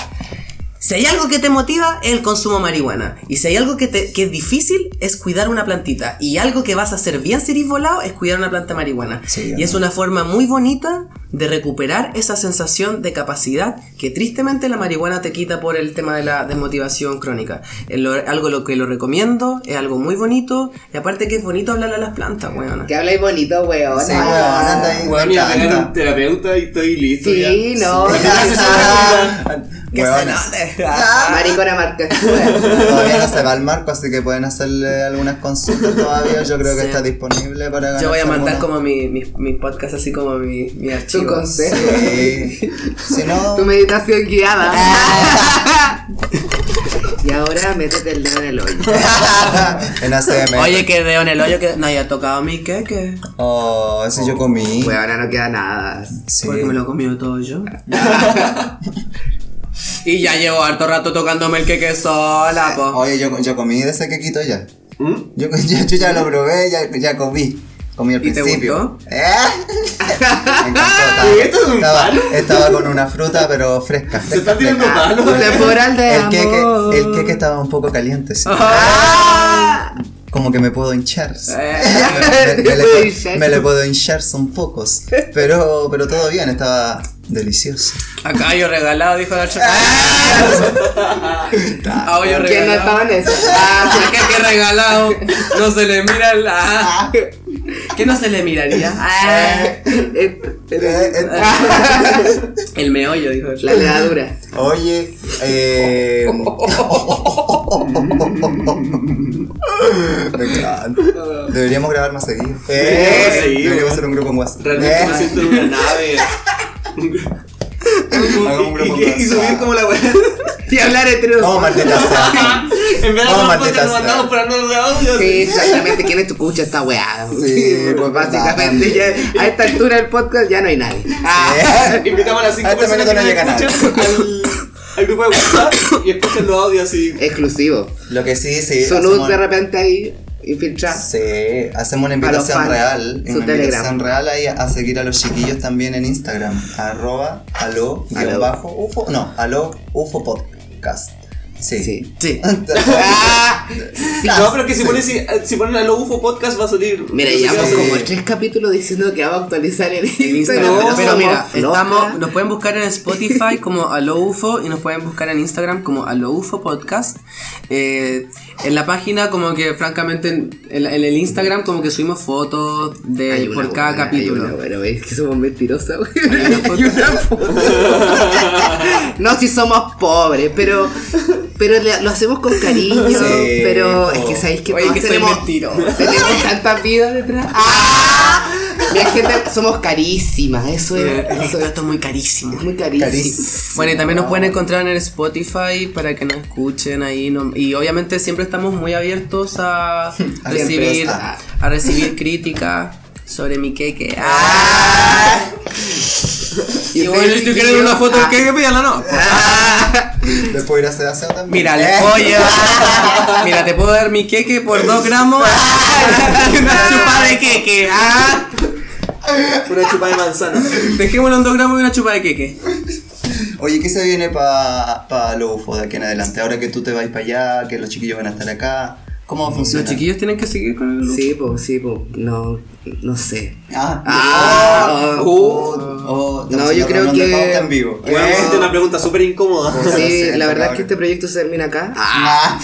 Speaker 3: Si hay algo que te motiva, es el consumo de marihuana. Y si hay algo que, te- que es difícil, es cuidar una plantita. Y algo que vas a hacer bien si eres volado, es cuidar una planta de marihuana.
Speaker 6: Sí,
Speaker 3: y es
Speaker 6: ¿no?
Speaker 3: una forma muy bonita de recuperar esa sensación de capacidad que tristemente la marihuana te quita por el tema de la desmotivación crónica. Es lo- algo lo que lo recomiendo, es algo muy bonito. Y aparte que es bonito hablarle a las plantas, weona.
Speaker 4: Que habláis bonito, weón.
Speaker 6: Sí, weón, anda ahí,
Speaker 1: Weón,
Speaker 6: me
Speaker 1: ya me
Speaker 6: encanta.
Speaker 1: un terapeuta y estoy listo. ya.
Speaker 4: <laughs> Sí, no.
Speaker 1: Gracias a la vida.
Speaker 3: Que se
Speaker 6: Hueones.
Speaker 3: note.
Speaker 6: Ah.
Speaker 3: <laughs>
Speaker 4: Maricona marcachuda.
Speaker 6: Todavía no se va al marco, así que pueden hacerle algunas consultas todavía. Yo creo que
Speaker 3: Sí.
Speaker 6: está disponible para
Speaker 3: Yo voy a
Speaker 6: ganarse
Speaker 3: mandar
Speaker 6: alguna.
Speaker 3: como mi, mi, mi podcast, así como mi, mi
Speaker 4: Tu
Speaker 3: archivo.
Speaker 4: consejo.
Speaker 3: <laughs>
Speaker 6: Sí. Si no,
Speaker 4: Tu meditación guiada. <laughs> y ahora métete el dedo en el hoyo.
Speaker 6: <laughs> en ACM.
Speaker 3: Oye, que veo en el hoyo que nadie ha tocado mi queque.
Speaker 6: Oh, ese yo comí.
Speaker 4: Bueno, Pues ahora no queda nada.
Speaker 6: Sí.
Speaker 3: Porque me lo he comido todo yo. <laughs> y ya llevo harto rato tocándome el queque sola, po.
Speaker 6: Oye, yo, yo comí de ese quequito ya.
Speaker 5: ¿Mm?
Speaker 6: Yo, <laughs> yo, yo ya lo probé, ya, ya comí. Comí al
Speaker 3: ¿Y te
Speaker 6: principio.
Speaker 3: gustó?
Speaker 6: ¿Eh? <laughs> Me encantó, estaba-
Speaker 5: esto es un
Speaker 6: estaba,
Speaker 5: palo?
Speaker 6: estaba con una fruta, pero fresca.
Speaker 5: Se está
Speaker 6: fresca,
Speaker 5: tirando
Speaker 6: fresca.
Speaker 5: palo.
Speaker 4: Temporal de
Speaker 6: El queque,
Speaker 4: amor.
Speaker 6: el queque estaba un poco caliente, sí. Como que me puedo hinchar. sí.
Speaker 3: Eh.
Speaker 6: <laughs> Me, me le,
Speaker 4: Te puedo
Speaker 6: puedo-
Speaker 4: hinchar.
Speaker 6: me le puedo hinchar, son pocos. Pero, pero todo bien, estaba delicioso.
Speaker 3: Acá yo regalado, dijo la chica. Ah, yo
Speaker 4: ¿Quién no
Speaker 3: regalado.
Speaker 4: estaba en eso? Ah,
Speaker 3: <laughs> Ah, ¿Qué, qué regalado? No se le mira
Speaker 4: Ah.
Speaker 3: la. ¿Qué no se le miraría? Ah.
Speaker 4: eh, eh,
Speaker 3: El meollo, dijo
Speaker 4: La levadura.
Speaker 6: <laughs> Oye, eh... <laughs> Me encanta. Deberíamos grabar más seguido. Eh,
Speaker 5: seguido.
Speaker 6: Deberíamos hacer un grupo en WhatsApp.
Speaker 1: Realmente me
Speaker 6: Eh,
Speaker 1: siento en una nave.
Speaker 6: hagamos un grupo en
Speaker 5: <laughs> Y, y subir
Speaker 6: WhatsApp.
Speaker 5: como la weá. <laughs>
Speaker 4: Y hablar entre
Speaker 6: No, maldita sea.
Speaker 5: En vez de
Speaker 6: No,
Speaker 5: hablar,
Speaker 6: Oh,
Speaker 5: pues,
Speaker 6: maldita
Speaker 5: nos mandamos por
Speaker 6: sea.
Speaker 5: andar de audio.
Speaker 4: Sí, exactamente. ¿Quién es tu cucha esta weá?
Speaker 6: Sí,
Speaker 4: pues
Speaker 6: pues,
Speaker 4: básicamente ya, a esta altura del podcast ya no hay nadie. Ah,
Speaker 6: Eh,
Speaker 5: <laughs> Invitamos a las
Speaker 6: A
Speaker 5: 5
Speaker 1: Ah,
Speaker 6: este
Speaker 5: personas
Speaker 6: minuto
Speaker 5: que
Speaker 6: no
Speaker 5: nos
Speaker 6: llega nada.
Speaker 5: escuchan al, al grupo de WhatsApp y escuchen los audios así.
Speaker 4: Exclusivo.
Speaker 6: Lo que sí, sí.
Speaker 4: Su luz
Speaker 6: hacemos-
Speaker 4: de repente ahí infiltrada.
Speaker 6: Sí, hacemos una
Speaker 4: los
Speaker 6: invitación
Speaker 4: fans,
Speaker 6: real.
Speaker 4: su
Speaker 6: Una
Speaker 4: Telegram.
Speaker 6: invitación real ahí a, a seguir a los chiquillos también en Instagram. Arroba aló, guión
Speaker 4: Aló.
Speaker 6: bajo UFO. No, aló UFO podcast. Sí. <laughs>
Speaker 4: Sí.
Speaker 3: Sí.
Speaker 4: <laughs>
Speaker 5: No, pero que si ponen, si, eh, si ponen a lo UFO podcast va a salir.
Speaker 4: Mira,
Speaker 5: Eso
Speaker 4: llevamos
Speaker 5: sí.
Speaker 4: como tres capítulos diciendo que vamos a actualizar el Instagram.
Speaker 3: Pero,
Speaker 4: No,
Speaker 3: pero
Speaker 4: somos
Speaker 3: mira,
Speaker 4: flojas.
Speaker 3: estamos, nos pueden buscar en Spotify <laughs> como Alo UFO y nos pueden buscar en Instagram como Alo UFO Podcast. Eh, en la página, como que francamente, en, en la- en el Instagram, como que subimos fotos
Speaker 4: Hay
Speaker 3: de,
Speaker 4: una
Speaker 3: por cada
Speaker 4: buena, hay una
Speaker 3: capítulo.
Speaker 4: buena, es que somos mentirosas. güey.
Speaker 3: una foto.
Speaker 4: Hay una <laughs> foto. no, si somos pobres, pero pero le- lo hacemos con cariño.
Speaker 6: Sí.
Speaker 4: pero es que sabéis que
Speaker 3: Oye,
Speaker 4: todos
Speaker 3: que soy
Speaker 4: tenemos,
Speaker 3: mentiroso.
Speaker 4: tenemos tantas vidas detrás. ¡Ah! Mira, gente, somos carísimas. Eso es.
Speaker 3: Esto
Speaker 4: Eso es
Speaker 3: es muy carísimo.
Speaker 4: es muy carísimo.
Speaker 6: Eh, Carísimo.
Speaker 3: Bueno, y también nos pueden encontrar en el Spotify para que nos escuchen ahí. no- y obviamente siempre estamos muy <laughs> abiertos ah. a recibir,
Speaker 6: está.
Speaker 3: a recibir crítica sobre mi <laughs> queque. Ah. <laughs> Y, Ah. bueno, si tú quieres una foto del queque, pídala no.
Speaker 6: Después ir a hacer aseo también.
Speaker 3: Mira,
Speaker 6: Eh,
Speaker 3: le puedo <laughs> llevar- Mira, te puedo dar mi queque por 2 <laughs> gramos. Y una chupa de queque. <laughs> Ah.
Speaker 5: Una chupa de
Speaker 1: <laughs>
Speaker 5: manzana.
Speaker 3: Dejémoslo en 2 gramos y una chupa de queque.
Speaker 6: Oye, ¿qué se viene para pa lo UFO de aquí en adelante? Ahora que tú te vas para allá, que los chiquillos van a estar acá. ¿Cómo va a
Speaker 3: Los
Speaker 6: funcionar?
Speaker 3: chiquillos tienen que seguir con el.
Speaker 4: Sí, pues, sí, pues. No, no sé.
Speaker 6: Ah,
Speaker 4: Ah,
Speaker 6: oh, oh,
Speaker 4: No, yo creo
Speaker 6: reunión de
Speaker 4: que-
Speaker 6: pauta en vivo.
Speaker 5: Bueno,
Speaker 6: Eh.
Speaker 5: hiciste una pregunta súper incómoda.
Speaker 6: Lo
Speaker 4: Sí,
Speaker 6: siento,
Speaker 4: la verdad es que
Speaker 6: cabrón.
Speaker 4: este proyecto se termina acá.
Speaker 6: Ah.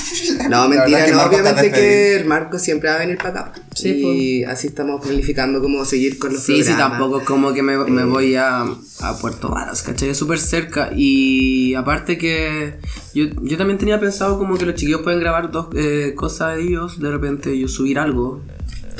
Speaker 4: No,
Speaker 6: La
Speaker 4: mentira,
Speaker 6: verdad que
Speaker 4: no,
Speaker 6: Marco está
Speaker 4: obviamente que
Speaker 6: despedido.
Speaker 4: el Marco siempre va a venir para acá.
Speaker 3: Sí,
Speaker 4: y así estamos planificando cómo seguir con los
Speaker 3: Sí, sí,
Speaker 4: programas.
Speaker 3: tampoco es como que me, me voy a, a Puerto Varas, ¿cachai? Es súper cerca. Y aparte que yo, yo también tenía pensado como que los chiquillos pueden grabar dos eh, cosas de ellos, de repente yo subir algo.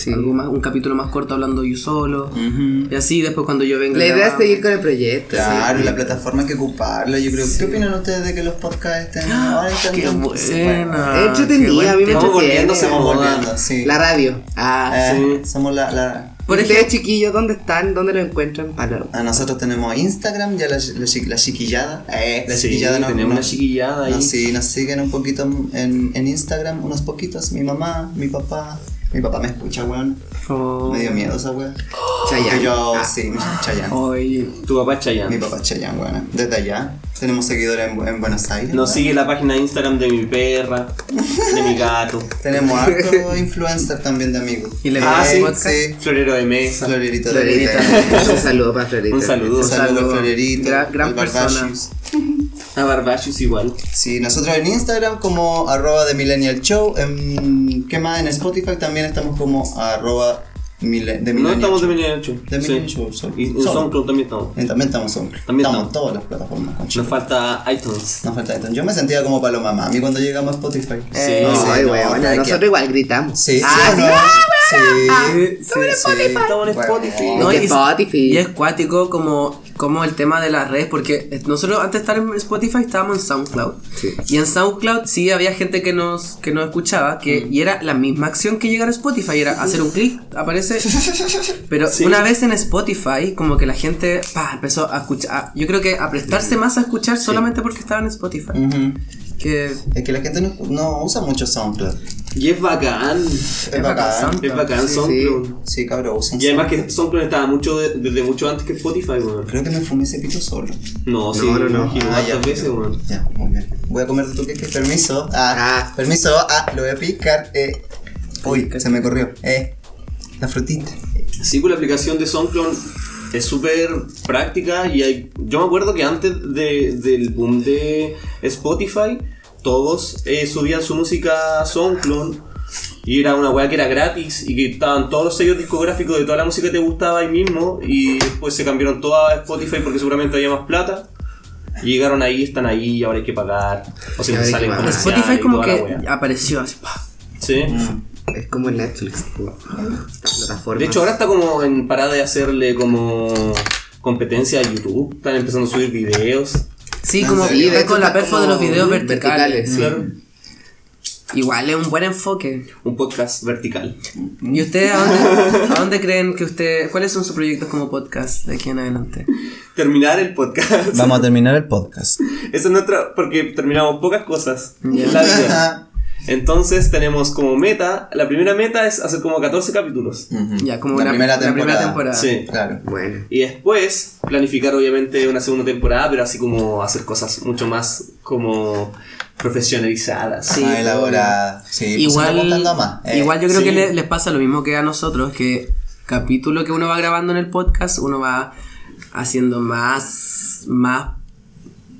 Speaker 3: Algo más, un capítulo más corto hablando yo solo. Y así después cuando yo venga.
Speaker 4: La idea es
Speaker 3: grabamos.
Speaker 4: seguir con el proyecto.
Speaker 6: Claro, y la plataforma hay que ocuparla, yo creo. ¿Qué opinan ustedes de que los podcasts estén
Speaker 5: Ah,
Speaker 6: ahora están
Speaker 3: Qué
Speaker 6: tan-
Speaker 3: buena.
Speaker 4: Es
Speaker 3: Ah,
Speaker 4: entretenida,
Speaker 3: qué buen
Speaker 4: a mí me
Speaker 3: tema.
Speaker 5: Estamos volviéndose
Speaker 6: Estamos
Speaker 5: moda.
Speaker 6: volviendo, sí.
Speaker 4: La radio. Ah,
Speaker 6: Eh, Somos la, la-
Speaker 3: Por
Speaker 4: Por
Speaker 3: ejemplo-
Speaker 4: Ustedes, chiquillos, ¿dónde están? ¿Dónde lo encuentran? Para...
Speaker 6: a nosotros tenemos Instagram, ya la, la chi- la chiquillada. Eh, la
Speaker 5: Sí,
Speaker 6: chiquillada no.
Speaker 5: tenemos
Speaker 6: no-
Speaker 5: la chiquillada ahí.
Speaker 6: no, sí, nos siguen un poquito en, en Instagram, unos poquitos. Mi mamá, mi papá. Mi papá me escucha, weón.
Speaker 3: Oh,
Speaker 6: Me dio miedo esa weón.
Speaker 5: Oh.
Speaker 4: Chayanne.
Speaker 6: Yo,
Speaker 5: Ah.
Speaker 6: sí, <laughs> me Chayanne.
Speaker 3: oye,
Speaker 5: Tu papá Chayanne.
Speaker 6: Mi papá es Chayanne, weón. Desde allá. Tenemos seguidores en, en Buenos Aires.
Speaker 5: Nos sigue la página de Instagram de mi perra, de mi gato,
Speaker 6: Tenemos harto influencer también de amigos.
Speaker 3: ¿Y le
Speaker 6: ah,
Speaker 3: pagas
Speaker 6: sí,
Speaker 3: podcast?
Speaker 6: sí.
Speaker 5: florero de mesa.
Speaker 6: Florerito de
Speaker 4: Florerita.
Speaker 6: <laughs>
Speaker 4: Un saludo para Florerita.
Speaker 5: Un saludo.
Speaker 6: Un saludo,
Speaker 3: saludo.
Speaker 6: al Florerito.
Speaker 3: Gran- gran
Speaker 6: al Barbachus.
Speaker 3: persona.
Speaker 1: Ah,
Speaker 5: A Barbachus igual.
Speaker 6: Sí, nosotros en Instagram como Em, arroba de Millennial Show. En, ¿Qué más? En Spotify también estamos como arroba mile- de
Speaker 1: No
Speaker 6: Millennium
Speaker 1: estamos de
Speaker 6: Show.
Speaker 1: Millennium Show.
Speaker 6: De Millennium
Speaker 1: Sí.
Speaker 6: Show, solo.
Speaker 1: Y en
Speaker 6: Solo.
Speaker 1: SoundCloud también estamos.
Speaker 6: Eh, También estamos hombres.
Speaker 1: También
Speaker 6: estamos. en
Speaker 1: estamos.
Speaker 6: todas las plataformas, concha.
Speaker 1: Nos falta iTunes.
Speaker 6: Nos falta esto. Yo me sentía como Paloma Mami cuando llegamos a Spotify.
Speaker 1: Sí.
Speaker 4: No,
Speaker 1: sí,
Speaker 4: ay,
Speaker 6: Eh, no,
Speaker 4: weón,
Speaker 6: nada que-
Speaker 4: nosotros igual gritamos.
Speaker 6: Sí,
Speaker 4: Ah,
Speaker 6: sí,
Speaker 4: sí.
Speaker 6: o no. sí, sí, sí.
Speaker 1: Estamos en
Speaker 6: Bueno,
Speaker 1: Spotify.
Speaker 3: No,
Speaker 4: De
Speaker 3: y,
Speaker 4: Spotify.
Speaker 3: y es cuático como, como el tema de las redes, porque nosotros antes de estar en Spotify estábamos en SoundCloud.
Speaker 4: Sí.
Speaker 3: Y en SoundCloud sí había gente que nos, que nos escuchaba, que, y era la misma acción que llegar a Spotify, era hacer un clic, aparece. Pero una vez en Spotify, como que la gente pa, empezó a escuchar, yo creo que a prestarse más a escuchar solamente porque estaba en Spotify.
Speaker 6: Ujú.
Speaker 3: Que
Speaker 6: Es que la gente no, no usa mucho SoundCloud.
Speaker 1: Y es bacán.
Speaker 6: Es,
Speaker 3: bacán,
Speaker 6: bacán.
Speaker 1: Es bacán
Speaker 4: Sí,
Speaker 1: SoundCloud.
Speaker 6: Sí, cabrón, usan
Speaker 1: Y además que
Speaker 6: SoundCloud.
Speaker 1: SoundCloud estaba mucho de- desde mucho antes que Spotify, weón.
Speaker 6: Creo que me fumé ese pito solo. Ah,
Speaker 1: No, sí,
Speaker 4: no,
Speaker 1: me
Speaker 4: no.
Speaker 1: imagino
Speaker 6: ya.
Speaker 1: hartas veces, weón.
Speaker 6: Ya, muy bien. Voy a comer de tu queque. Permiso. Ah,
Speaker 4: Ah.
Speaker 6: permiso. Ah, lo voy a picar. Eh. Uy, se me corrió. Eh. La frutita.
Speaker 1: Sí, pues la aplicación de SoundCloud es súper práctica y hay, yo me acuerdo que antes de- del boom de Spotify, todos eh, subían su música a SoundCloud y era una weá que era gratis y que estaban todos los sellos discográficos de toda la música que te gustaba ahí mismo y después se cambiaron todas a Spotify porque seguramente había más plata. Y llegaron ahí, están ahí, y ahora hay que pagar. O sea,
Speaker 4: Ahora
Speaker 1: te salen
Speaker 4: hay que pagar.
Speaker 1: comerciales
Speaker 3: Spotify
Speaker 1: Ah, y
Speaker 3: como
Speaker 1: toda la
Speaker 3: que Mm.
Speaker 1: weá.
Speaker 3: apareció así, pa.
Speaker 1: Sí.
Speaker 4: Es como el Netflix. po. Estas plataformas.
Speaker 1: De hecho, ahora está como en parada de hacerle como competencia a YouTube. Están empezando a subir videos.
Speaker 3: Sí, como
Speaker 4: Sí, de hecho,
Speaker 3: con la
Speaker 4: está
Speaker 3: perfo de
Speaker 4: como
Speaker 3: los videos verticales.
Speaker 4: verticales, sí.
Speaker 1: Claro.
Speaker 3: Igual es un buen enfoque.
Speaker 1: Un podcast vertical. <laughs>
Speaker 3: ¿Y ustedes a
Speaker 6: <laughs>
Speaker 3: dónde, a dónde creen que ustedes, cuáles son sus proyectos como podcast de aquí en adelante?
Speaker 1: Terminar el podcast. <laughs>
Speaker 6: Vamos a terminar el podcast.
Speaker 1: Eso es nuestra. Porque terminamos pocas cosas
Speaker 3: Ya.
Speaker 1: en la
Speaker 6: <laughs>
Speaker 1: vida. Entonces tenemos como meta. La primera meta es hacer como 14 capítulos.
Speaker 3: Ya, como
Speaker 6: la,
Speaker 3: una-
Speaker 6: primera
Speaker 3: la primera
Speaker 6: temporada.
Speaker 3: temporada.
Speaker 1: Sí.
Speaker 6: Claro.
Speaker 4: Bueno.
Speaker 1: Y después planificar obviamente una segunda temporada, pero así como hacer cosas mucho más como profesionalizadas.
Speaker 3: Sí,
Speaker 6: más Ah, elaborada. Sí, pues
Speaker 3: Igual,
Speaker 6: estamos apuntando a más. Eh,
Speaker 3: igual yo creo
Speaker 1: sí.
Speaker 3: que le- les pasa lo mismo que a nosotros, que capítulo que uno va grabando en el podcast, uno va haciendo más, más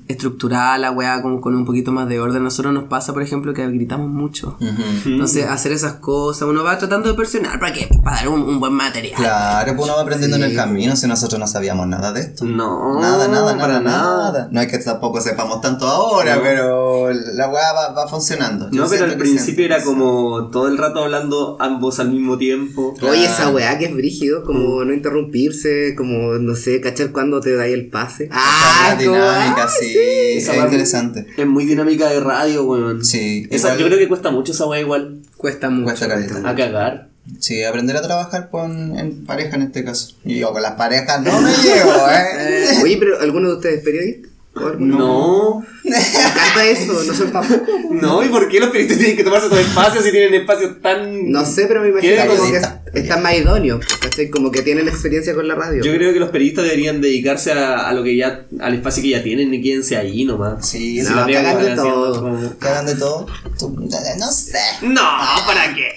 Speaker 3: estructurada la weá, como con un poquito más de orden. A nosotros nos pasa, por ejemplo, que gritamos mucho.
Speaker 6: ujú.
Speaker 3: Entonces, hacer esas cosas, uno va tratando de presionar para que, para dar un, un buen material.
Speaker 6: Claro, pues uno va aprendiendo en el camino si nosotros no sabíamos nada de esto.
Speaker 1: No,
Speaker 6: Nada, nada,
Speaker 1: para
Speaker 6: nada, nada. No es que tampoco sepamos tanto ahora, pero la weá va, va funcionando. Yo
Speaker 1: No, pero
Speaker 6: siento
Speaker 1: al
Speaker 6: que
Speaker 1: principio
Speaker 6: siempre
Speaker 1: era
Speaker 6: funciona.
Speaker 1: como todo el rato hablando ambos al mismo tiempo.
Speaker 4: Oye, esa weá que es brígido, como
Speaker 6: Mm.
Speaker 4: no interrumpirse, como no sé, cachar cuando te dais el pase.
Speaker 6: Ah,
Speaker 4: Ah,
Speaker 6: la
Speaker 4: como,
Speaker 6: dinámica,
Speaker 4: ah,
Speaker 6: sí. Eh, Es
Speaker 1: Esa weá
Speaker 6: interesante.
Speaker 1: Es muy dinámica de radio, weón.
Speaker 6: Sí,
Speaker 1: Esa,
Speaker 6: igual-
Speaker 1: yo creo que cuesta mucho esa weá igual.
Speaker 3: Cuesta mucho.
Speaker 6: Cuesta caleta.
Speaker 1: A cagar.
Speaker 6: Sí, aprender a trabajar con en pareja en este caso. Y yo con las parejas no me llevo, ¿eh?
Speaker 4: Oye, pero ¿alguno de ustedes es periodista? ¿O alguno?
Speaker 1: No.
Speaker 4: Me encanta eso, nosotros tampoco.
Speaker 1: No, ¿y por qué los periodistas tienen que tomarse estos espacios si tienen espacios tan.
Speaker 4: No sé, pero me imagino
Speaker 1: ¿Qué?
Speaker 4: como que
Speaker 6: Periodista.
Speaker 4: están más idóneos, ¿cachai? Como que tienen experiencia con la radio.
Speaker 1: Yo creo que los periodistas deberían dedicarse a, a lo que ya. al espacio que ya tienen y quédense ahí nomás.
Speaker 6: Sí,
Speaker 1: Si
Speaker 6: sí,
Speaker 1: la
Speaker 4: no,
Speaker 1: pega que
Speaker 4: cagan de
Speaker 1: están haciendo,
Speaker 4: todo.
Speaker 1: como-
Speaker 6: Que hagan de todo. Tú- no sé.
Speaker 1: No, ¿para qué?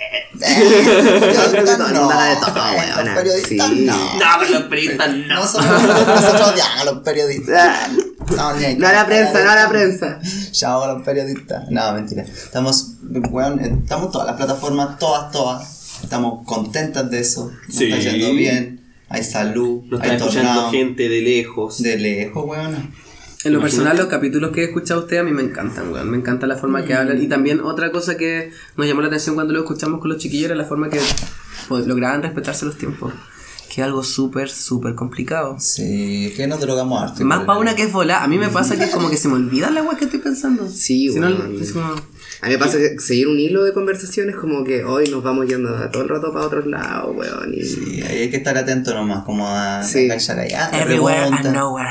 Speaker 6: Periodistas
Speaker 4: creo que todo el mundo haga de todo,
Speaker 6: Los
Speaker 4: weona.
Speaker 6: periodistas
Speaker 4: Sí.
Speaker 1: No,
Speaker 6: no.
Speaker 1: pero los periodistas no.
Speaker 6: Nosotros, nosotros odiamos a los periodistas.
Speaker 4: Ah,
Speaker 6: No, ni hay-
Speaker 4: No a la prensa, no a
Speaker 6: <laughs>
Speaker 4: la prensa.
Speaker 6: Chao a los periodistas. No, mentira. Estamos, weón, eh, estamos todas las plataformas, todas, todas. Estamos contentas de eso. Nos
Speaker 1: Sí.
Speaker 6: está yendo bien. Hay salud,
Speaker 1: Nos
Speaker 6: hay
Speaker 1: están escuchando
Speaker 6: tornado.
Speaker 1: gente de lejos.
Speaker 6: De lejos, weón.
Speaker 3: En lo personal, los capítulos que he escuchado usted a mí me encantan, weón. Me encanta la forma
Speaker 6: Mm.
Speaker 3: que hablan. Y también otra cosa que nos llamó la atención cuando lo escuchamos con los chiquillos era la forma que pues, lograban respetarse los tiempos. Que es algo súper, súper complicado.
Speaker 6: Sí, que nos drogamos harto.
Speaker 3: Más
Speaker 6: igual.
Speaker 3: para una que es volar. A mí me pasa que es como que se me olvida la agua que estoy pensando.
Speaker 4: Sí,
Speaker 3: Si no,
Speaker 4: weón.
Speaker 3: es como-
Speaker 4: A mí me pasa que seguir un hilo de conversaciones como que hoy nos vamos yendo a todo el rato para otros lados, weón. Y...
Speaker 6: Sí, ahí hay que estar atento nomás, como a
Speaker 4: Sí.
Speaker 6: a cachar ahí. Ah, la
Speaker 3: Everywhere
Speaker 6: pregunta. Ah.
Speaker 3: and nowhere.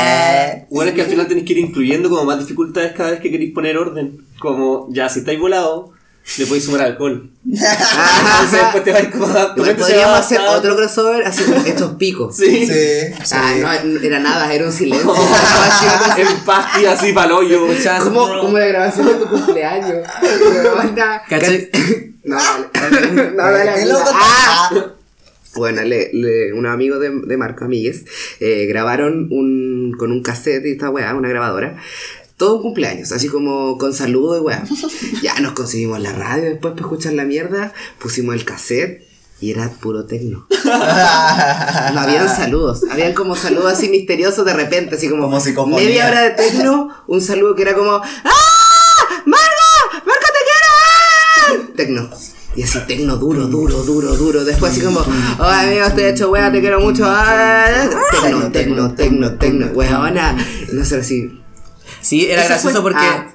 Speaker 3: Eh.
Speaker 1: Bueno, es que al final tenés que ir incluyendo como más dificultades cada vez que queréis poner orden. Como ya, si estáis volado, le podéis sumar alcohol. <laughs> Entonces después te vais como adaptando,
Speaker 4: Ah, Igual
Speaker 1: te vas
Speaker 4: podríamos hacer
Speaker 1: adaptando.
Speaker 4: otro crossover así como estos picos.
Speaker 1: Sí.
Speaker 6: Sí, sí.
Speaker 4: Ah, no, era nada, era un silencio.
Speaker 1: <laughs> en pasti así para hoyo.
Speaker 3: Escuchas-
Speaker 4: <laughs> como, como la grabación de tu cumpleaños. <laughs> Weona.
Speaker 3: ¿Cachai?
Speaker 4: <laughs> No, dale. No, dale,
Speaker 6: El
Speaker 4: amiga.
Speaker 6: otro-
Speaker 4: Ah.
Speaker 6: Ah.
Speaker 4: Bueno, le, le- unos amigos de, de Marco Amigues eh, grabaron un, con un cassette y esta weá, una grabadora. Todo un cumpleaños, así como con saludo y weá. Ya nos conseguimos la radio después para escuchar la mierda. Pusimos el cassette. Y era puro tecno.
Speaker 6: <laughs>
Speaker 4: No habían saludos. Habían como saludos así misteriosos de repente, así como,
Speaker 6: Como psicofonía.
Speaker 4: media hora de tecno, un saludo que era como ¡Ah! ¡Marco! ¡Marco te quiero! ¡Ah!" Tecno. Y así tecno duro, duro, duro, duro. Después así como, oh amigo, estoy hecho wea, te quiero mucho. Ah, Tecno, tecno, tecno, tecno, weona. Y Nosotros así.
Speaker 3: Sí, era
Speaker 4: Esa
Speaker 3: gracioso
Speaker 4: fue-
Speaker 3: porque
Speaker 4: ah.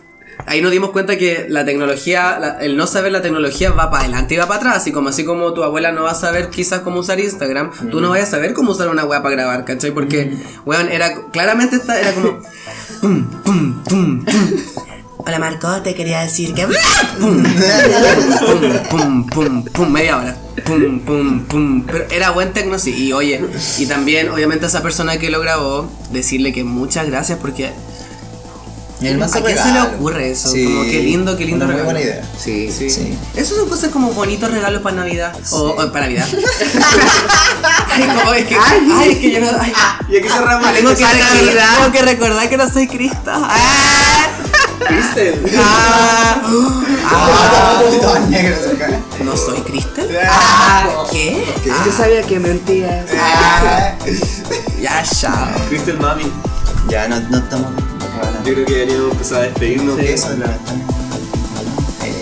Speaker 3: ahí nos dimos cuenta que la tecnología, la- el no saber la tecnología va para adelante y va para atrás. Así como así como tu abuela no va a saber quizás cómo usar Instagram, tú no vas a saber cómo usar una weá para grabar, ¿cachai? Porque, weón, era claramente esta, era como. pum, pum, pum, pum. Hola Marco, te quería decir que. Pum, pum, pum, pum, pum, media hora. Pum, pum, pum. Pero era buen tecno, sí. Y oye, y también, obviamente, a esa persona que lo grabó, decirle que muchas gracias porque
Speaker 6: Y el manso
Speaker 3: ¿A quién se
Speaker 6: regalo.
Speaker 3: le ocurre eso? Como, qué lindo, qué lindo
Speaker 6: Una
Speaker 3: regalo.
Speaker 6: Muy buena idea.
Speaker 4: Sí,
Speaker 6: Sí.
Speaker 3: Esos son cosas como bonitos regalos para Navidad. O, o para Navidad. <laughs> ay, como es que. Ay, Ah, es que yo no. Ay,
Speaker 5: Y aquí cerramos el
Speaker 3: tengo, que
Speaker 5: especial de Navidad.
Speaker 3: recordar, tengo que recordar que no soy Crista. Ah,
Speaker 5: ¿Viste?
Speaker 3: ah, ah.
Speaker 6: Y todas negras acá.
Speaker 3: no soy Crista. Ah, ¿Qué? Ah.
Speaker 4: Yo sabía que mentías.
Speaker 3: Ya, ya.
Speaker 5: Crystal Mami.
Speaker 6: Ya, no, no estamos. bueno,
Speaker 5: Yo creo que deberíamos empezar a despedirnos.
Speaker 6: Eso es la ventana. Eh,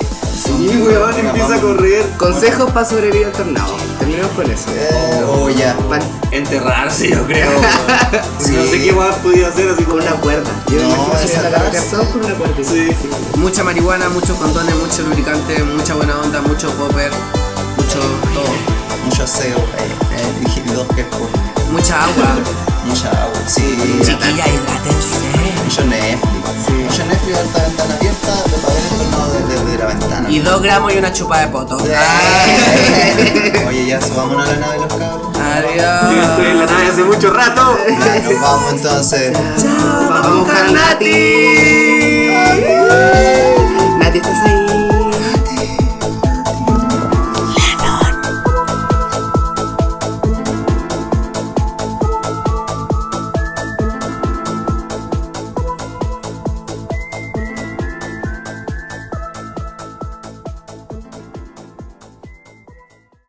Speaker 5: Y weón empieza a correr.
Speaker 4: Consejos para sobrevivir al tornado. Terminemos con eso.
Speaker 6: eh, oh, ya.
Speaker 4: Pan-
Speaker 5: Enterrarse, yo creo. weón. No sé qué más podía hacer así
Speaker 4: con
Speaker 5: como
Speaker 4: una cuerda. Yo me
Speaker 6: No,
Speaker 4: imagino
Speaker 6: esa
Speaker 4: la garra
Speaker 6: cosa.
Speaker 4: solo con una cuerda.
Speaker 5: Sí, sí.
Speaker 3: Mucha marihuana, muchos condones, mucho lubricante, mucha buena onda, mucho popper, mucho todo.
Speaker 6: Mucho aseo. Eh, eh, dije dos que por.
Speaker 3: Mucha agua.
Speaker 6: Mucha agua. Sí.
Speaker 3: Chiquilla, hidrátense.
Speaker 6: Mucho Netflix. Mucho Netflix, alta ventana abierta. Lo pagué el tornado desde desde la
Speaker 3: <laughs>
Speaker 6: ventana.
Speaker 3: Y dos gramos y una chupa de poto.
Speaker 6: Eh, <laughs> Oye, ya subámonos a la nave los cabros.
Speaker 5: Yo ya
Speaker 3: Adiós.
Speaker 5: estoy en la nave hace mucho rato.
Speaker 6: Ya, nos vamos entonces.
Speaker 4: Vamos, Carnati.